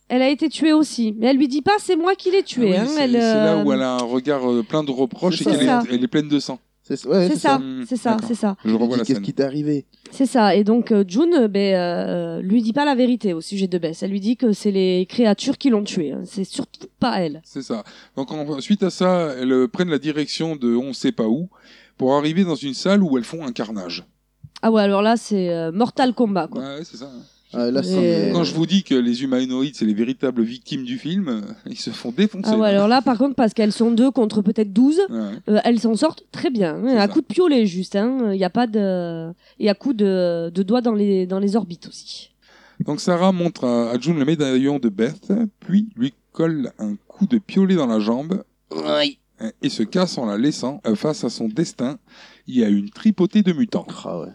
S2: Elle a été tuée aussi. Mais elle lui dit pas, c'est moi qui l'ai tuée.
S6: Ah
S2: hein,
S6: oui, c'est
S2: elle,
S6: c'est là
S2: euh,
S6: où elle a un regard euh, plein de reproches et
S8: C'est
S6: qu'elle
S2: ça.
S6: est, elle est pleine de sang.
S8: c'est- ouais,
S2: euh, C'est
S8: c'est ça.
S2: ça,
S6: Mmh,
S2: c'est ça,
S6: d'accord.
S2: c'est ça,
S6: Je
S8: Il
S6: revois
S8: dit,
S6: la
S8: Qu'est-ce
S6: scène.
S8: qui t'est arrivé
S2: c'est ça. Et donc euh, June, ben, euh, lui dit pas la vérité au sujet de Bess. Elle lui dit que c'est les créatures qui l'ont tuée. hein. C'est surtout pas elle.
S6: C'est ça. Donc en- suite à ça, elles euh, prennent la direction de on sait pas où pour arriver dans une salle où elles font un carnage.
S2: Ah ouais, alors là, c'est euh, Mortal Kombat quoi.
S6: Ouais, c'est ça. hein.
S8: Ah, là,
S2: Et-
S8: c'est-
S6: Quand je vous dis que les humanoïdes, c'est les véritables victimes du film, euh, ils se font défoncer.
S2: Ah ouais, alors là, par contre, parce qu'elles sont deux contre peut-être 12,
S6: Ouais.
S2: euh, elles s'en sortent très bien. hein,
S6: C'est
S2: à
S6: ça.
S2: coup de piolet, juste. Il hein, n'y a pas de. Et à coup de, de doigts dans les, dans les orbites aussi.
S6: Donc Sarah montre à à June le médaillon de Beth, puis lui colle un coup de piolet dans la jambe hein, et se casse en la laissant euh, face à son destin. Il y a une tripotée de mutants.
S8: Ah ouais.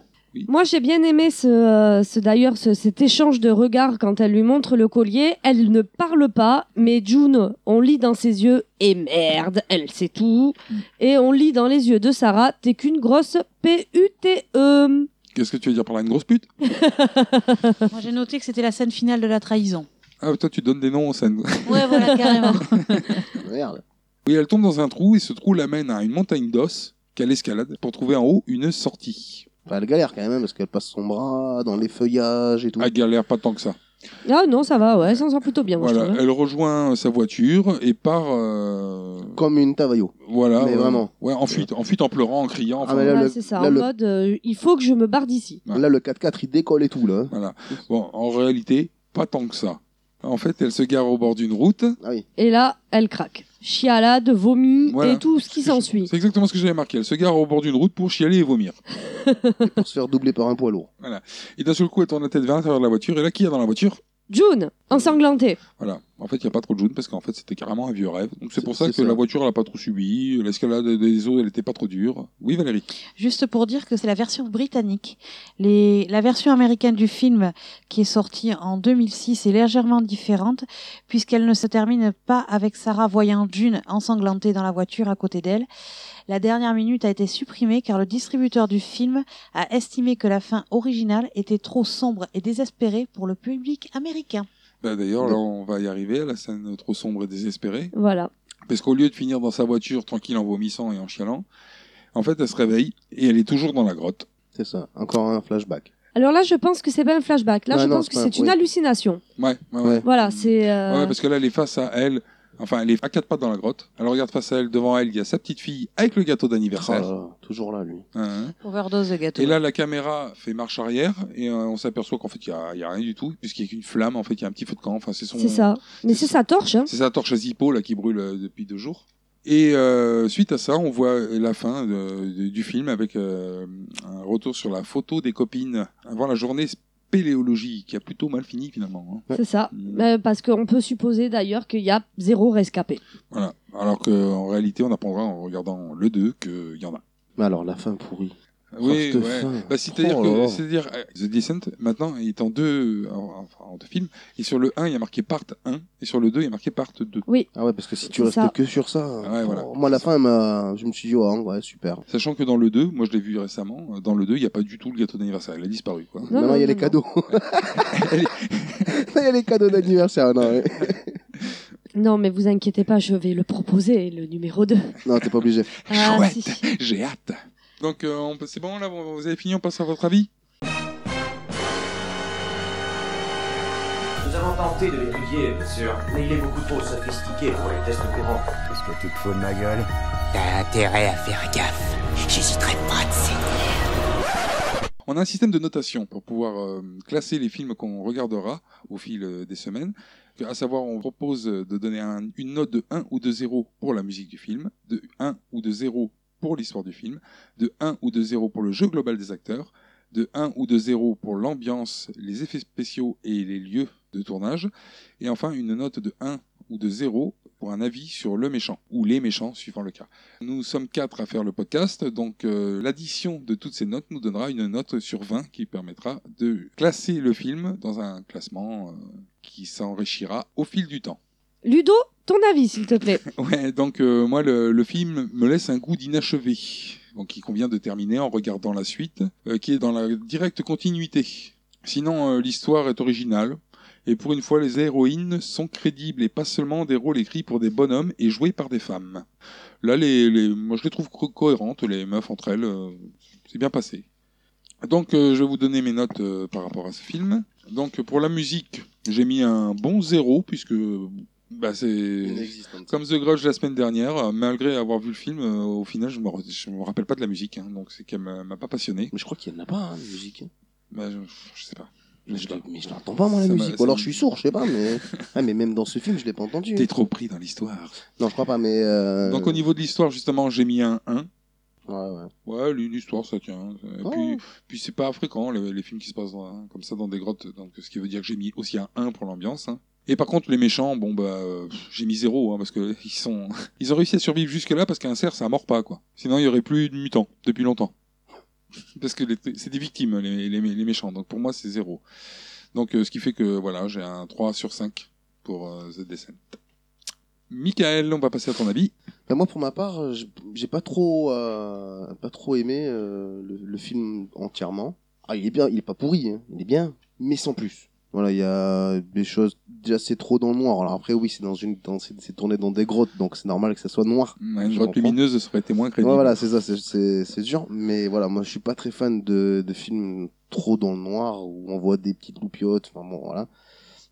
S2: Moi, j'ai bien aimé ce, euh, ce d'ailleurs ce- cet échange de regards quand elle lui montre le collier. Elle ne parle pas, mais June, on lit dans ses yeux, et merde, elle sait tout.
S6: Mm.
S2: Et on lit dans les yeux de Sarah, t'es qu'une grosse P-U-T-E.
S6: Qu'est-ce que tu veux dire par là Une grosse pute
S7: Moi, j'ai noté que c'était la scène finale de la trahison.
S6: Ah, toi, tu donnes des noms aux scènes.
S7: Ouais, voilà, carrément.
S8: Merde.
S6: Oui, elle tombe dans un trou et ce trou l'amène à une montagne d'os qu'elle escalade pour trouver en haut une sortie.
S8: Enfin, elle galère quand même parce qu'elle passe son bras dans les feuillages et tout.
S6: Elle galère pas tant que ça.
S2: Ah non, ça va, ouais, elle s'en sort plutôt bien. moi, je
S6: voilà,
S2: trouve, hein.
S6: elle rejoint euh, sa voiture et part. euh,
S8: Comme une Tavaillot.
S6: Voilà.
S8: Mais
S6: ouais.
S8: vraiment.
S6: Ouais, en fuite, en fuite, en pleurant, en criant. enfin,
S8: Ah, mais là,
S2: Ah Ouais,
S8: le-
S2: c'est ça,
S8: là,
S2: en
S8: le-
S2: mode, euh, il faut que je me barre d'ici.
S6: Ouais.
S8: Là, le 4x4, il décolle et tout, là. hein.
S6: Voilà. Bon, en réalité, pas tant que ça. En fait, elle se gare au bord d'une route.
S8: Ah oui.
S2: Et là, elle craque. Chialade, vomi
S6: Voilà.
S2: et tout ce qui s'ensuit.
S6: C'est exactement ce que j'avais marqué. Elle se gare au bord d'une route pour chialer et vomir.
S8: Et pour se faire doubler par un poids lourd.
S6: Et d'un seul coup, elle tourne la tête vers l'intérieur de la voiture. Et là, qui est dans la voiture
S2: June, ensanglantée.
S6: Voilà. En fait, il n'y a pas trop de jaune parce qu'en fait, c'était carrément un vieux rêve. Donc, c'est
S8: C'est-
S6: pour ça
S8: c'est
S6: que
S8: ça.
S6: la voiture, elle n'a pas trop subi. L'escalade des eaux, elle n'était pas trop dure. Oui, Valérie.
S7: Juste pour dire que c'est la version britannique. Les, la version américaine du film, qui est sortie en 2006, est légèrement différente, puisqu'elle ne se termine pas avec Sarah voyant June ensanglantée dans la voiture à côté d'elle. La dernière minute a été supprimée car le distributeur du film a estimé que la fin originale était trop sombre et désespérée pour le public américain.
S6: Bah, D'ailleurs, là, on va y arriver à la scène trop sombre et désespérée.
S2: Voilà.
S6: Parce qu'au lieu de finir dans sa voiture tranquille en vomissant et en chialant, en fait, elle se réveille et elle est toujours dans la grotte.
S8: C'est ça. Encore un flashback.
S2: Alors là, je pense que c'est pas un flashback. Là,
S8: Ouais,
S2: je
S8: non,
S2: pense
S8: c'est
S2: que
S8: pas un-
S2: c'est une
S8: oui.
S2: hallucination.
S6: Ouais, ouais, ouais.
S8: Ouais.
S2: Voilà, c'est. euh,
S6: Ouais, parce que là, elle est face à elle. Enfin, elle est à quatre pattes dans la grotte. Elle regarde face à elle. Devant elle, il y a sa petite fille avec le gâteau
S8: Ah
S6: d'anniversaire.
S8: là là, toujours là, lui.
S6: Hein, hein.
S7: Overdose de gâteau.
S6: Et là, la caméra fait marche arrière et euh, on s'aperçoit qu'en fait, il n'y a, il y a rien du tout, puisqu'il n'y a qu'une flamme, en fait, il y a un petit feu de camp. Enfin, c'est son.
S2: C'est ça. Mais
S6: c'est
S2: c'est sa torche. hein.
S6: C'est sa torche à Zippo, là, qui brûle euh, depuis deux jours. Et euh, suite à ça, on voit la fin euh, du film avec euh, un retour sur la photo des copines avant la journée spéléologie, qui a plutôt mal fini finalement. hein.
S2: C'est ça. Euh, parce qu'on peut supposer d'ailleurs qu'il y a zéro rescapé.
S6: Voilà. Alors qu'en réalité, on apprendra en regardant le 2 qu'il y en a.
S8: Mais alors, la fin pourrie.
S6: Oui,
S8: Oh, cette
S6: ouais.
S8: fin.
S6: Bah, c'est-à-dire
S8: Oh là
S6: que
S8: là.
S6: c'est-à-dire, euh, The Descent, maintenant, il est en deux, en, en- en deux films, et sur le 1, il y a marqué Part 1, et sur le 2, il y a marqué Part 2.
S2: Oui.
S8: Ah ouais, parce que si tu
S2: C'est
S8: restes
S2: ça.
S8: que sur ça.
S6: Ouais, voilà.
S8: oh, moi, la fin, elle m'a- je me suis dit, oh, ouais, super.
S6: Sachant que dans le 2, moi je l'ai vu récemment, euh, dans le 2, il n'y a pas du tout le gâteau d'anniversaire, il a disparu. Quoi.
S2: Non,
S8: Maintenant,
S2: non,
S8: il y
S2: non,
S8: a les
S2: non.
S8: cadeaux.
S6: Elle est-
S8: Il y a les cadeaux d'anniversaire. Non, ouais.
S2: Non, mais vous inquiétez pas, je vais le proposer, le numéro 2.
S8: non t'es pas obligé.
S6: Chouette.
S2: si.
S6: J'ai hâte. Donc euh, on peut- c'est bon là, vous vous avez fini, on passe à votre avis
S11: Nous avons tenté de l'étudier, bien sûr, mais il est beaucoup trop sophistiqué pour les tests courants.
S12: Qu'est-ce que tu te fous de ma gueule T'as intérêt à faire gaffe. J'hésiterai pas de
S6: On a un système de notation pour pouvoir euh, classer les films qu'on regardera au fil euh, des semaines. À savoir, on propose euh, de donner un- une note de 1 ou de 0 pour la musique du film, de 1 ou de 0 pour l'histoire du film, de 1 ou de 0 pour le jeu global des acteurs, de 1 ou de 0 pour l'ambiance, les effets spéciaux et les lieux de tournage, et enfin une note de 1 ou de 0 pour un avis sur le méchant, ou les méchants suivant le cas. Nous sommes quatre à faire le podcast, donc euh, l'addition de toutes ces notes nous donnera une note sur 20 qui permettra de classer le film dans un classement euh, qui s'enrichira au fil du temps.
S2: Ludo, ton avis, s'il te plaît.
S6: Ouais, donc euh, moi le, le film me laisse un goût d'inachevé, donc il convient de terminer en regardant la suite, euh, qui est dans la directe continuité. Sinon, euh, l'histoire est originale, et pour une fois, les héroïnes sont crédibles et pas seulement des rôles écrits pour des bonhommes et joués par des femmes. Là, les, les- moi je les trouve co- cohérentes, les meufs entre elles, euh, c'est bien passé. Donc euh, je vais vous donner mes notes euh, par rapport à ce film. Donc pour la musique, j'ai mis un bon zéro, puisque bah, c'est... Comme The Grudge la semaine dernière, euh, malgré avoir vu le film, euh, au final, je me, re- je me rappelle pas de la musique, hein, donc c'est qu'elle m'a m'a pas passionné.
S8: Mais je crois qu'il y en a pas, hein, de musique.
S6: Bah, je, je sais pas.
S8: Mais je, l'ai- mais je l'entends pas, moi, la
S6: Ça m'a-
S8: musique.
S6: ça
S8: Ou alors
S6: m'a-
S8: je suis sourd, je sais pas, mais. Ah, mais même dans ce film, je l'ai pas entendu.
S6: T'es trop pris dans l'histoire.
S8: Non, je crois pas, mais. euh,
S6: Donc au niveau de l'histoire, justement, j'ai mis un 1.
S8: Ouais, ouais.
S6: Ouais, l- l'histoire, ça tient. Et
S8: Oh.
S6: puis, puis c'est pas fréquent, les, les films qui se passent dans- hein, comme ça dans des grottes, donc ce qui veut dire que j'ai mis aussi un 1 pour l'ambiance. hein. Et par contre, les méchants, bon bah, euh, pff, j'ai mis 0, hein, parce que ils sont, ils ont réussi à survivre jusque-là parce qu'un cerf, ça mord pas, quoi. Sinon, il y aurait plus de mutants, depuis longtemps. Parce que les- c'est des victimes, les, les- les méchants, donc pour moi, c'est 0. Donc, euh, ce qui fait que, voilà, j'ai un 3 sur 5 pour euh, The Descent. Michael, on va passer à ton avis.
S8: Bah, moi, pour ma part, euh, j'ai- j'ai pas trop, euh, pas trop aimé euh, le, le film entièrement. Ah, il est bien, il est pas pourri, hein, il est bien, mais sans plus. Voilà, il y a des choses. Déjà, c'est trop dans le noir. Alors après, oui, c'est dans une, dans- c'est c'est tourné dans des grottes, donc c'est normal que ça soit noir.
S6: Une
S8: Je
S6: grotte
S8: comprends.
S6: lumineuse serait été moins crédible.
S8: Ouais, voilà, c'est ça, c'est- c'est c'est dur. Mais voilà, moi, je suis pas très fan de, de films trop dans le noir où on voit des petites loupiotes. Enfin bon, voilà.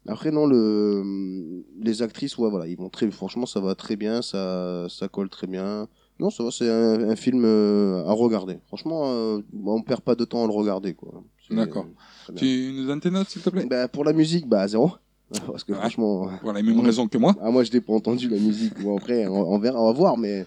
S8: Après, non, le, les actrices, ouais, voilà, ils vont très, franchement, ça va très bien, ça, ça colle très bien. Non, ça va, c'est un, un film euh, à regarder. Franchement, euh, on perd pas de temps à le regarder, quoi. C'est-
S6: D'accord.
S8: très bien.
S6: Tu nous donnes tes notes, s'il te plaît
S8: Bah, pour la musique, bah, zéro. Parce que
S6: Ouais.
S8: franchement.
S6: Pour la même raison que moi.
S8: Ah, moi, je n'ai pas entendu la musique. Bon, après, on, on verra, on va voir. Mais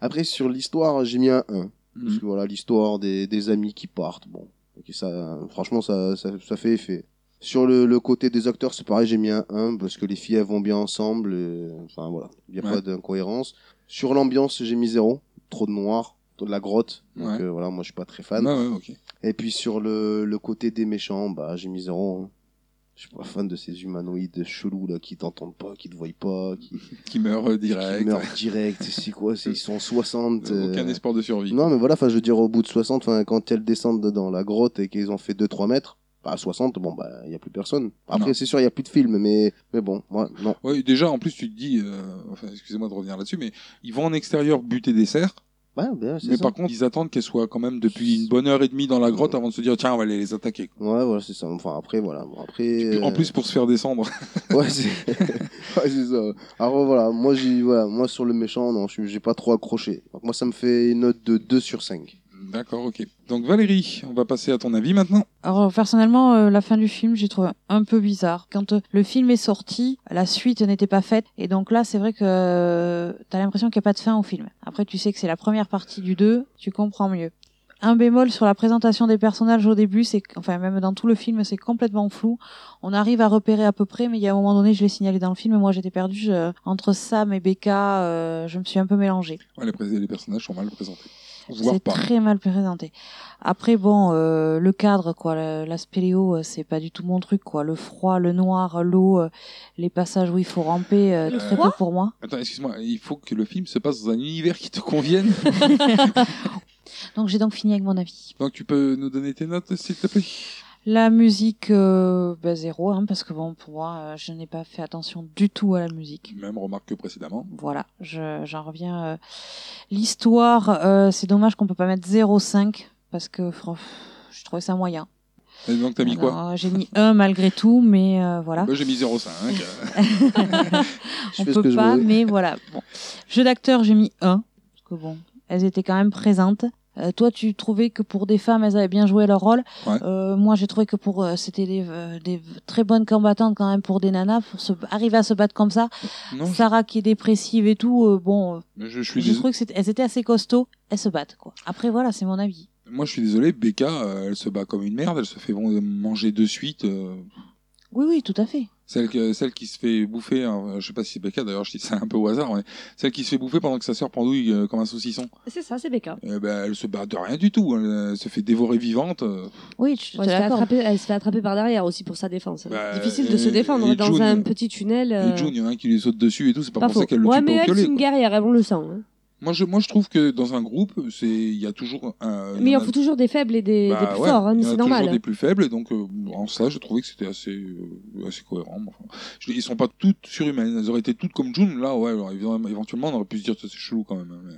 S8: après, sur l'histoire, j'ai mis un 1.
S6: Mm.
S8: Parce que voilà, l'histoire des, des amis qui partent. Bon, ok, ça, franchement, ça, ça, ça fait effet. Sur le, le côté des acteurs, c'est pareil, j'ai mis un 1 parce que les filles, elles vont bien ensemble. et- enfin, voilà, il n'y a
S6: Ouais.
S8: pas d'incohérence. Sur l'ambiance, j'ai mis 0. Trop de noir, trop de la grotte. Donc
S6: Ouais.
S8: euh, voilà, moi, je suis pas très fan.
S6: Ouais, ouais, ok.
S8: Et puis sur le, le côté des méchants, bah j'ai mis zéro. hein. Je suis pas fan de ces humanoïdes chelous là qui t'entendent pas, qui te voient pas, qui,
S6: Qui meurt euh,
S8: qui
S6: direct.
S8: meurent direct. C'est quoi c'est- Ils sont 60.
S6: Euh, Aucun
S8: euh,
S6: espoir de survie.
S8: Non mais voilà, enfin je veux dire au bout de 60, enfin, quand elles descendent dans la grotte et qu'ils ont fait 2-3 mètres, bah, à 60, bon bah il y a plus personne. Après
S6: Non.
S8: c'est sûr il y a plus de film, mais mais bon, moi non.
S6: Ouais, déjà, en plus, tu te dis, euh, enfin, excusez-moi de revenir là-dessus, mais ils vont en extérieur buter des cerfs,
S8: Ouais, bah, c'est
S6: mais
S8: ça.
S6: par contre, ils attendent qu'elles soient quand même depuis une bonne heure et demie dans la grotte avant de se dire, tiens, on va aller les attaquer.
S8: Ouais voilà c'est ça. Enfin après voilà. Bon, après.
S6: En
S8: euh,
S6: plus, pour se faire descendre.
S8: Ouais, c'est ouais, c'est ça. Alors voilà, moi, j'ai- voilà, moi sur le méchant, non, je suis- j'ai pas trop accroché. Donc, moi, ça me fait une note de 2 sur 5.
S6: D'accord, ok. Donc, Valérie, on va passer à ton avis maintenant.
S7: Alors personnellement, euh, la fin du film, j'ai trouvé un peu bizarre. Quand euh, le film est sorti, la suite n'était pas faite, et donc là, c'est vrai que euh, t'as l'impression qu'il n'y a pas de fin au film. Après, tu sais que c'est la première partie du 2, tu comprends mieux. un bémol sur la présentation des personnages au début, c'est qu'- enfin même dans tout le film, c'est complètement flou. On arrive à repérer à peu près, mais il y a un moment donné, je l'ai signalé dans le film, moi j'étais perdue je- entre Sam et Becca, euh, je me suis un peu mélangée.
S6: Ouais, les, prés- les personnages sont mal présentés. Voire
S7: C'est
S6: pas.
S7: très mal présenté. Après, bon, euh, le cadre, quoi, la- la spéléo, euh, c'est pas du tout mon truc, quoi. Le froid, le noir, l'eau, euh, les passages où il faut ramper, euh,
S6: Le
S7: très
S6: froid
S7: peu pour moi.
S6: Attends, excuse-moi, il faut que le film se passe dans un univers qui te convienne.
S7: Donc j'ai donc fini avec mon avis.
S6: Donc tu peux nous donner tes notes, s'il te plaît
S7: La musique, euh, bah, zéro, hein, parce que bon, pour moi, euh, je n'ai pas fait attention du tout à la musique.
S6: Même remarque que précédemment.
S7: Voilà, je- j'en reviens. euh, L'histoire, euh, c'est dommage qu'on peut pas mettre 0,5, parce que fran- je trouvais ça moyen.
S6: Et donc t'as mis quoi
S7: Alors, euh, J'ai mis 1 malgré tout, mais euh, voilà.
S6: Moi, J'ai mis euh. 0,5.
S7: On
S6: fais ce que
S7: peut
S6: je
S7: pas,
S6: veux.
S7: mais voilà. Bon. Jeu d'acteur, j'ai mis 1. Parce que bon, elles étaient quand même présentes. Euh, toi, tu trouvais que pour des femmes, elles avaient bien joué leur rôle.
S6: Ouais.
S7: Euh, moi, j'ai trouvé que pour euh, c'était des, euh, des très bonnes combattantes quand même pour des nanas pour se, arriver à se battre comme ça.
S6: Non,
S7: Sarah qui est dépressive et tout. euh, bon, euh,
S6: Mais je, je suis
S7: j'ai
S6: dés-
S7: trouvé que c'était- elles étaient assez costauds. Elles se battent quoi. Après, voilà, c'est mon avis.
S6: Moi, je suis désolé, Becca, euh, elle se bat comme une merde, elle se fait bon- euh, manger de suite. euh,
S7: Oui, oui, tout à fait.
S6: Celle, que- celle qui se fait bouffer, hein, je sais pas si c'est Becca d'ailleurs, je dis ça un peu au hasard, mais celle qui se fait bouffer pendant que sa sœur pendouille euh, comme un saucisson,
S2: C'est ça, c'est Becca.
S6: Eh ben, elle se bat de rien du tout, elle, euh, se fait dévorer vivante. euh,
S7: Oui, je
S2: elle, se fait attraper, elle se fait attraper par derrière aussi pour sa défense.
S6: Bah,
S2: Difficile de se
S6: et-
S2: défendre
S6: et
S2: dans
S6: June.
S2: un petit tunnel. euh,
S6: Et June, il y en a un qui lui saute dessus et tout, c'est pas,
S2: pas
S6: pour ça
S2: faux.
S6: qu'elle le
S2: ouais,
S6: tue
S2: mais
S6: pas au
S2: elle,
S6: piolet,
S2: c'est une
S6: quoi.
S2: guerrière, elle, on le sent. hein.
S6: Moi je, moi, je trouve que dans un groupe, c'est- il y a toujours un.
S2: Mais il
S6: y
S2: en
S6: en a-
S2: faut toujours des faibles et des,
S6: Bah
S2: des plus
S6: ouais,
S2: forts, hein,
S6: il y
S2: mais
S6: en a
S2: c'est
S6: toujours
S2: normal.
S6: des plus faibles, et donc euh, en ça, je trouvais que c'était assez, euh, assez cohérent. mais enfin, je- ils sont pas toutes surhumaines, elles auraient été toutes comme June, là, ouais, alors, évidemment, éventuellement, on aurait pu se dire ça c'est chelou quand même. hein, mais-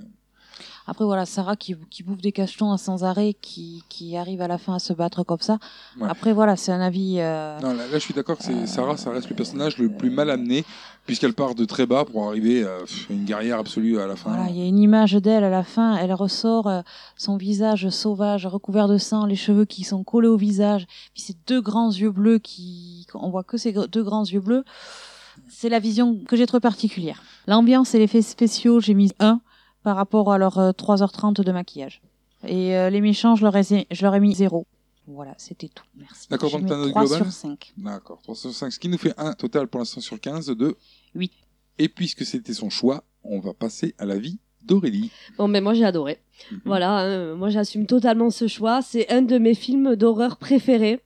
S7: Après, voilà, Sarah qui, qui bouffe des cachetons hein, sans arrêt, qui, qui arrive à la fin à se battre comme ça.
S6: Ouais.
S7: Après, voilà, c'est un avis. euh,
S6: Non, là, là, je suis d'accord que c'est Sarah, ça reste le personnage le plus mal amené, puisqu'elle part de très bas pour arriver euh, pff, à une guerrière absolue à la fin.
S7: Voilà, il y a une image d'elle à la fin, elle ressort euh, son visage sauvage recouvert de sang, les cheveux qui sont collés au visage, puis ces deux grands yeux bleus qui on voit que ces gr- deux grands yeux bleus. C'est la vision que j'ai trop particulière. L'ambiance et l'effet spéciaux, j'ai mis 1 par rapport à leurs euh, 3h30 de maquillage. Et euh, les méchants, je leur ai, zé- je leur ai mis 0. Voilà, c'était tout. Merci.
S6: D'accord,
S7: Je
S6: donc
S7: mets
S6: t'as notre
S7: 3
S6: global
S7: sur 5.
S6: D'accord, 3 sur 5, ce qui nous fait un total pour l'instant sur 15 de
S7: 8.
S6: Et puisque c'était son choix, on va passer à la vie d'Aurélie.
S2: Bon, mais moi j'ai adoré.
S6: Mm-hmm.
S2: Voilà, hein, moi j'assume totalement ce choix. C'est un de mes films d'horreur préférés.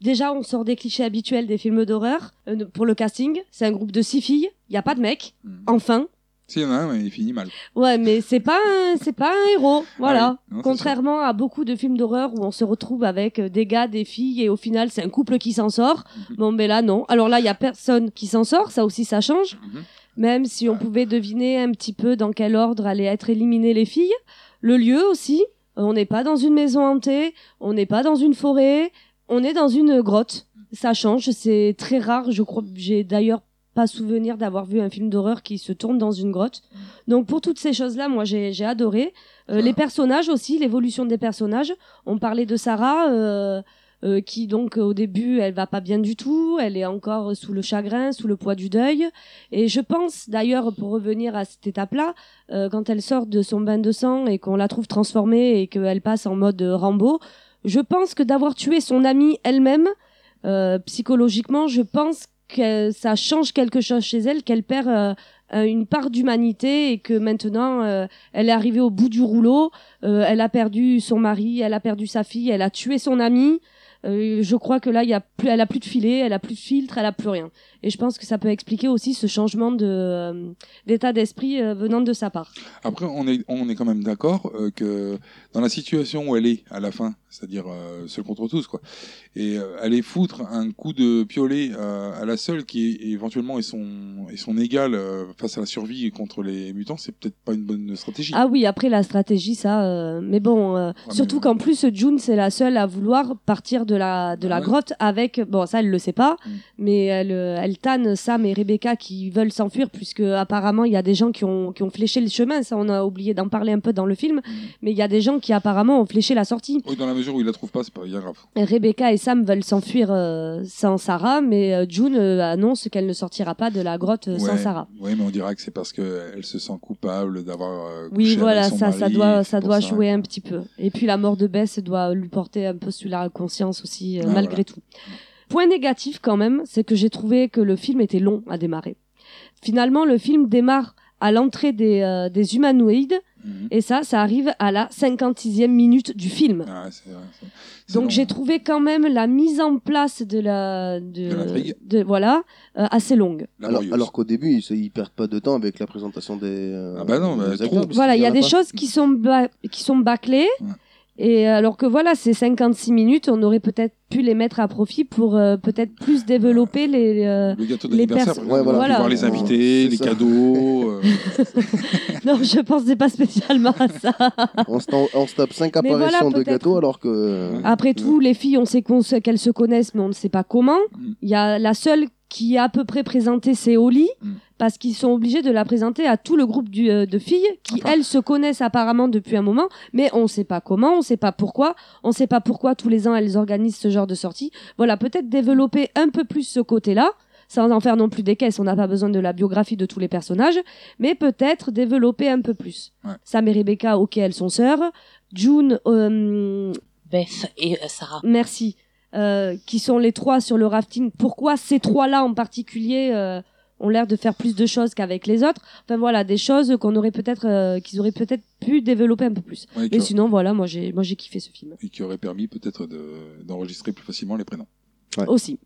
S2: Déjà, on sort des clichés habituels des films d'horreur. Euh, pour le casting, c'est un groupe de six filles. Il n'y a pas de mec. Enfin.
S6: S'il y en a un, mais il finit mal.
S2: Ouais, mais c'est pas un, c'est pas un héros. Voilà.
S6: Ah oui, non, c'est
S2: Contrairement à beaucoup de films d'horreur où on se retrouve avec euh, des gars, des filles et au final c'est un couple qui s'en sort. Bon, mais là non. Alors là, il y a personne qui s'en sort. Ça aussi, ça change.
S6: Mmh.
S2: Même si on pouvait deviner un petit peu dans quel ordre allaient être éliminées les filles, le lieu aussi. Euh, On n'est pas dans une maison hantée. On n'est pas dans une forêt. On est dans une grotte. Ça change. C'est très rare. Je crois. J'ai d'ailleurs pas souvenir d'avoir vu un film d'horreur qui se tourne dans une grotte. Donc pour toutes ces choses-là, moi j'ai j'ai adoré. Euh, Les personnages aussi, l'évolution des personnages. On parlait de Sarah, euh, euh, qui donc euh, au début elle va pas bien du tout, elle est encore euh, sous le chagrin, sous le poids du deuil. Et je pense d'ailleurs, pour revenir à cette étape-là, euh, quand elle sort de son bain de sang et qu'on la trouve transformée et qu'elle passe en mode euh, Rambo, je pense que d'avoir tué son amie elle-même, euh, psychologiquement, je pense que ça change quelque chose chez elle, qu'elle perd euh, euh, une part d'humanité et que maintenant euh, elle est arrivée au bout du rouleau. Euh, elle a perdu son mari, elle a perdu sa fille, elle a tué son ami. Euh, je crois que là, il y a plus, elle a plus de filet, elle a plus de filtre, elle a plus rien. Et je pense que ça peut expliquer aussi ce changement de euh, d'état d'esprit euh, venant de sa part.
S6: Après, on est, on est quand même d'accord euh, que dans la situation où elle est à la fin, c'est-à-dire euh, seule contre tous, quoi, et euh, aller foutre un coup de piolet euh, à la seule qui est- éventuellement est son, est son égale euh, face à la survie contre les mutants, c'est peut-être pas une bonne stratégie.
S2: Ah oui, après la stratégie, ça. euh, mais bon, euh,
S6: mais
S2: surtout qu'en plus June, c'est la seule à vouloir partir de de la,
S6: Ah
S2: de la grotte avec. Bon, ça, elle le sait pas,
S6: Mm.
S2: mais elle, euh, elle tanne Sam et Rebecca qui veulent s'enfuir, puisque apparemment, il y a des gens qui ont, qui ont fléché le chemin. Ça, on a oublié d'en parler un peu dans le
S6: Mm.
S2: film, mais il y a des gens qui apparemment ont fléché la sortie.
S6: Oui, dans la mesure où il la trouve pas, c'est pas bien grave.
S2: Rebecca et Sam veulent s'enfuir euh, sans Sarah, mais euh, June euh, annonce qu'elle ne sortira pas de la grotte euh, sans
S6: Ouais.
S2: Sarah.
S6: Oui, mais on dirait que c'est parce qu'elle se sent coupable d'avoir. euh, couché
S2: Oui,
S6: avec
S2: voilà,
S6: son
S2: ça, ça
S6: mari,
S2: doit,
S6: c'est
S2: ça
S6: pour
S2: doit jouer un petit peu. Et puis la mort de Bess doit lui porter un peu sur la conscience aussi, euh,
S6: Ah,
S2: malgré
S6: voilà.
S2: tout. Point négatif quand même, c'est que j'ai trouvé que le film était long à démarrer. Finalement, le film démarre à l'entrée des, euh, des humanoïdes,
S6: Mhm.
S2: et ça, ça arrive à la 56e minute du film.
S6: Ah, c'est vrai, c'est-
S2: Donc j'ai trouvé quand même la mise en place de la de,
S8: l'intrigue.
S2: de- voilà euh, assez longue.
S8: Alors, alors qu'au début, ils, se- ils perdent pas de temps avec la présentation des. euh,
S6: Ah bah non, bah,
S8: des
S6: trop.
S8: acteurs, parce
S2: Voilà, il
S8: qu'il
S2: y a
S8: en
S2: des
S8: pas.
S2: choses qui sont ba- qui sont bâclées. Et alors que voilà, ces 56 minutes, on aurait peut-être pu les mettre à profit pour euh, peut-être plus développer les euh,
S6: Le gâteau
S2: les
S6: d'anniversaire,
S2: perso-
S6: par exemple, on aurait pu voir les invités, les
S8: ça.
S6: cadeaux. euh,
S2: non, je pensais pas spécialement à ça.
S8: On se, ta- on se tape 5
S2: Mais
S8: apparitions
S2: voilà,
S8: de
S2: peut-être.
S8: gâteaux alors que. euh,
S2: Après tout, les filles, on sait qu'on sait qu'elles se connaissent, mais on ne sait pas comment. Il y a la seule qui est à peu près présentée, c'est Oli, parce qu'ils sont obligés de la présenter à tout le groupe du- euh, de filles qui, elles, se connaissent apparemment depuis un moment, mais on ne sait pas comment, on ne sait pas pourquoi, on ne sait pas pourquoi tous les ans elles organisent ce genre de sortie. Voilà, peut-être développer un peu plus ce côté-là. Sans en faire non plus des caisses, on n'a pas besoin de la biographie de tous les personnages, mais peut-être développer un peu plus. Sam et Rebecca, ok, elles sont sœurs. June, euh,
S13: Beth et euh, Sarah.
S2: merci, Euh, qui sont les trois sur le rafting. Pourquoi ces trois-là en particulier euh, ont l'air de faire plus de choses qu'avec les autres Enfin voilà, des choses qu'on aurait peut-être, euh, qu'ils auraient peut-être pu développer un peu plus.
S6: Ouais,
S2: Mais
S6: que-
S2: sinon, voilà, moi j'ai, moi j'ai kiffé ce film.
S6: et qui aurait permis peut-être de- d'enregistrer plus facilement les prénoms.
S2: Aussi.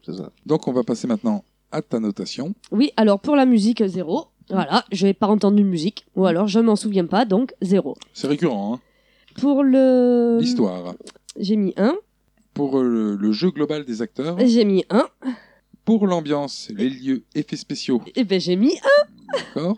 S6: Donc on va passer maintenant à ta notation.
S2: Oui, alors pour la musique, euh, zéro. Voilà, je n'ai pas entendu de musique, ou alors je m'en souviens pas, donc zéro.
S6: C'est récurrent. Hein.
S2: Pour le.
S6: L'histoire.
S2: J'ai mis un.
S6: Pour euh, le, le jeu global des acteurs.
S2: J'ai mis un.
S6: Pour l'ambiance, les lieux, effets spéciaux.
S2: Et ben j'ai mis un.
S6: D'accord.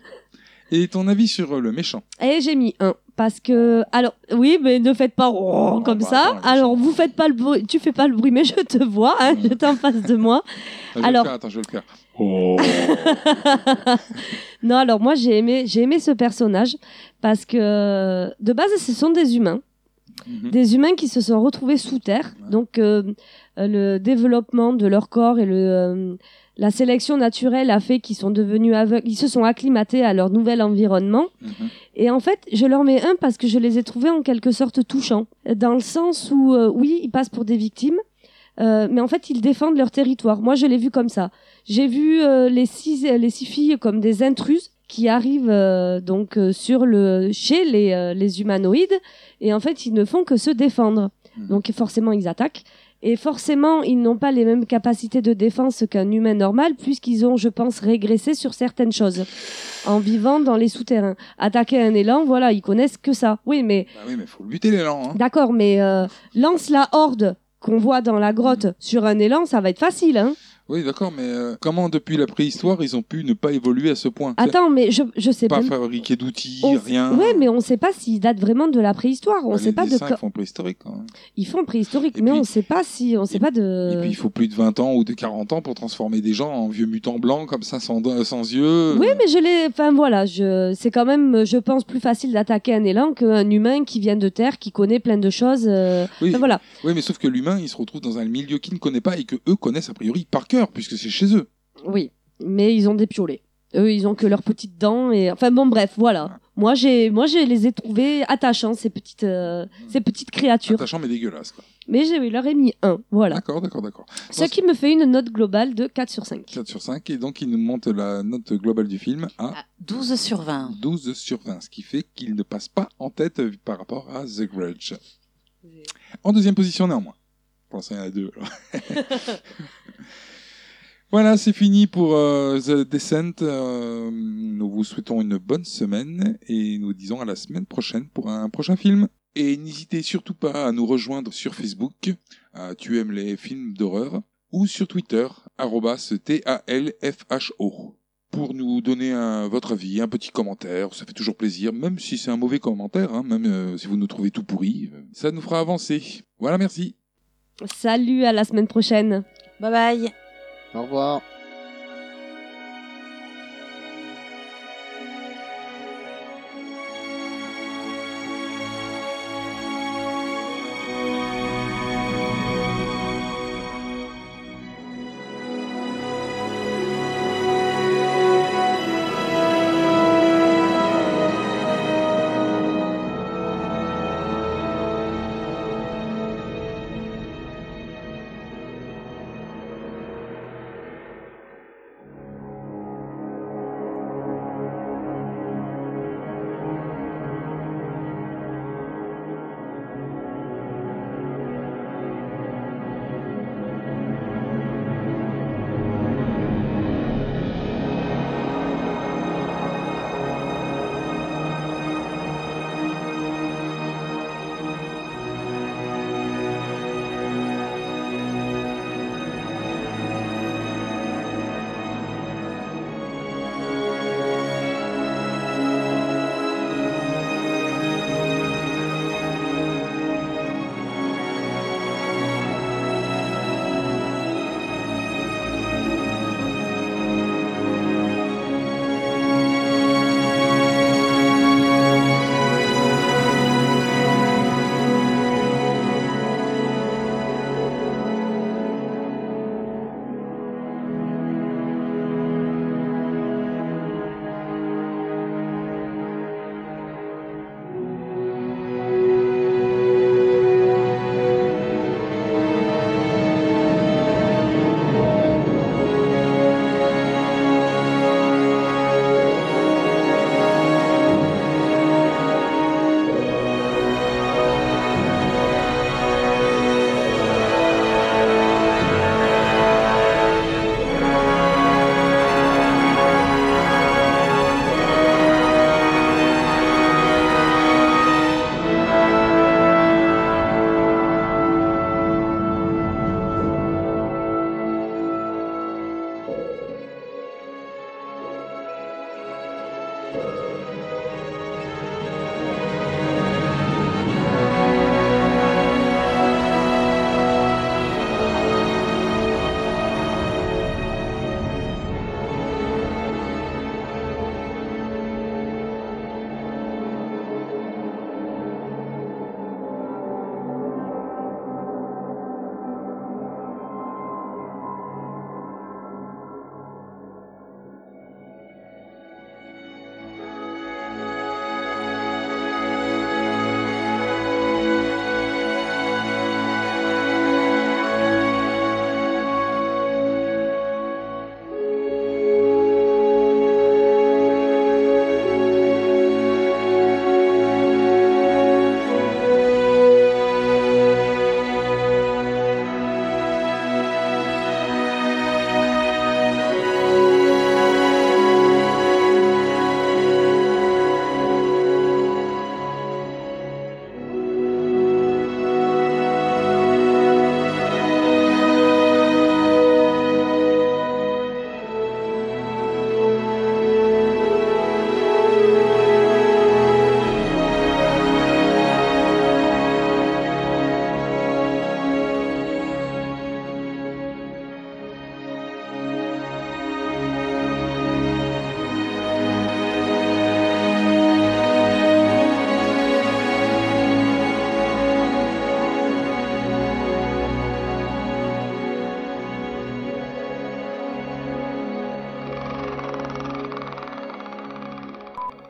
S6: Et ton avis sur euh, le méchant
S2: Et Eh, j'ai mis un parce que alors oui mais ne faites pas oh, comme
S6: bah,
S2: ça.
S6: attends,
S2: alors vous faites pas le bruit, tu fais pas le bruit mais je te vois, hein, je t'en face de moi.
S6: Ah, je vais
S2: alors
S6: le faire, Attends, je vais le faire.
S2: non alors moi j'ai aimé j'ai aimé ce personnage parce que de base ce sont des humains.
S6: Mhm,
S2: Des humains qui se sont retrouvés sous terre. Donc, euh, euh, le développement de leur corps et le, euh, la sélection naturelle a fait qu'ils sont devenus aveugles. Ils se sont acclimatés à leur nouvel environnement.
S6: mhm,
S2: Et en fait, je leur mets un parce que je les ai trouvés en quelque sorte touchants. Dans le sens où, euh, oui, ils passent pour des victimes, euh, mais en fait, ils défendent leur territoire. Moi, je l'ai vu comme ça. J'ai vu euh, les, six, les six filles comme des intruses qui arrivent euh, donc euh, sur le chez les, euh, les humanoïdes et en fait ils ne font que se défendre
S6: mhm.
S2: donc forcément ils attaquent et forcément ils n'ont pas les mêmes capacités de défense qu'un humain normal puisqu'ils ont je pense régressé sur certaines choses en vivant dans les souterrains attaquer un élan voilà ils connaissent que ça oui mais
S6: Ah oui, mais faut le buter l'élan. Hein.
S2: D'accord, mais euh, lance la horde qu'on voit dans la grotte sur un élan, ça va être facile. Hein
S6: Oui, d'accord, mais euh, comment depuis la préhistoire ils ont pu ne pas évoluer à ce point
S2: Attends, mais je, je sais
S6: Pas
S2: même-
S6: fabriquer d'outils,
S2: on-
S6: rien.
S2: Ouais, mais on sait pas s'ils datent vraiment de la préhistoire. On
S6: Bah,
S2: sait
S6: les
S2: pas de
S6: dessins,
S2: quand-
S6: ils font préhistorique. Quand même.
S2: ils font préhistorique, mais on sait pas si on sait pas de.
S6: Puis il faut plus de 20 ans ou de 40 ans pour transformer des gens en vieux mutants blancs comme ça, sans, euh, sans yeux.
S2: Oui, mais je l'ai. Enfin voilà, je... c'est quand même, je pense, plus facile d'attaquer un élan qu'un humain qui vient de terre, qui connaît plein de choses. euh,
S6: Oui.
S2: enfin, voilà.
S6: Oui, mais sauf que l'humain, il se retrouve dans un milieu qu'il ne connaît pas et que eux connaissent a priori par cœur, puisque c'est chez eux.
S2: Oui, mais ils ont des piolets. Eux, ils ont que leurs petites dents et enfin bon bref, voilà. Moi j'ai moi j'ai les ai trouvés attachants ces petites euh, ces petites créatures.
S6: Attachant mais dégueulasse. quoi.
S2: Mais j'ai leur ai mis un, voilà.
S6: D'accord, d'accord, d'accord.
S2: Ce qui me fait une note globale de 4 sur 5.
S6: 4 sur 5, et donc il nous monte la note globale du film
S7: Ah,
S6: à
S13: 12 sur 20.
S6: 12 sur 20, ce qui fait qu'il ne passe pas en tête euh, par rapport à The Grudge. En deuxième position néanmoins. Pour l'instant, il y en a deux. alors. voilà, c'est fini pour euh, The Descent. Euh, nous vous souhaitons une bonne semaine et nous disons à la semaine prochaine pour un prochain film. Et n'hésitez surtout pas à nous rejoindre sur Facebook, à Tu aimes les films d'horreur, ou sur Twitter, arrobas TALFHO pour nous donner un- votre avis, un petit commentaire. Ça fait toujours plaisir, même si c'est un mauvais commentaire, hein, même euh, si vous nous trouvez tout pourri. euh, Ça nous fera avancer. Voilà, merci.
S2: Salut, à la semaine prochaine.
S7: Bye bye.
S8: Au revoir.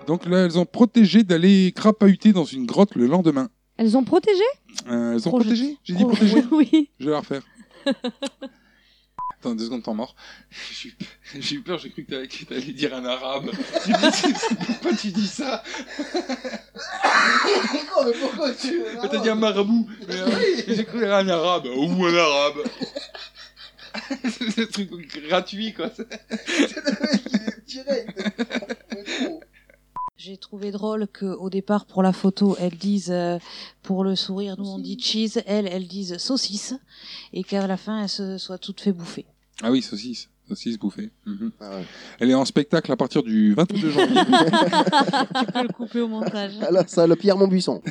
S6: Donc là, elles ont protégé d'aller crapahuter dans une grotte le lendemain.
S2: Elles ont protégé
S6: Euh, elles ont
S2: Projet-
S6: protégé J'ai dit
S2: pro-
S6: protégé
S2: Oui.
S6: Je vais la refaire. Attends, deux secondes, temps mort. J'ai eu- J'ai eu peur, j'ai cru que t'allais- que t'allais dire un arabe. J'ai dit, pourquoi tu dis ça
S8: mais pourquoi tu.
S6: Mais T'as dit un marabout. Mais, euh, J'ai cru que t'allais dire un arabe. Ou un arabe. C'est le truc gratuit, quoi.
S7: J'ai trouvé drôle qu'au départ, pour la photo, elles disent, euh, pour le sourire, nous on dit cheese, elles, elles disent saucisse, et qu'à la fin, elles se soient toutes fait bouffer.
S6: Ah oui, saucisse. Saucisse bouffée. Mhm. Elle est en spectacle à partir du 22 janvier.
S7: tu peux le couper au montage.
S8: Ah Alors, ça, le Pierre Montbuisson.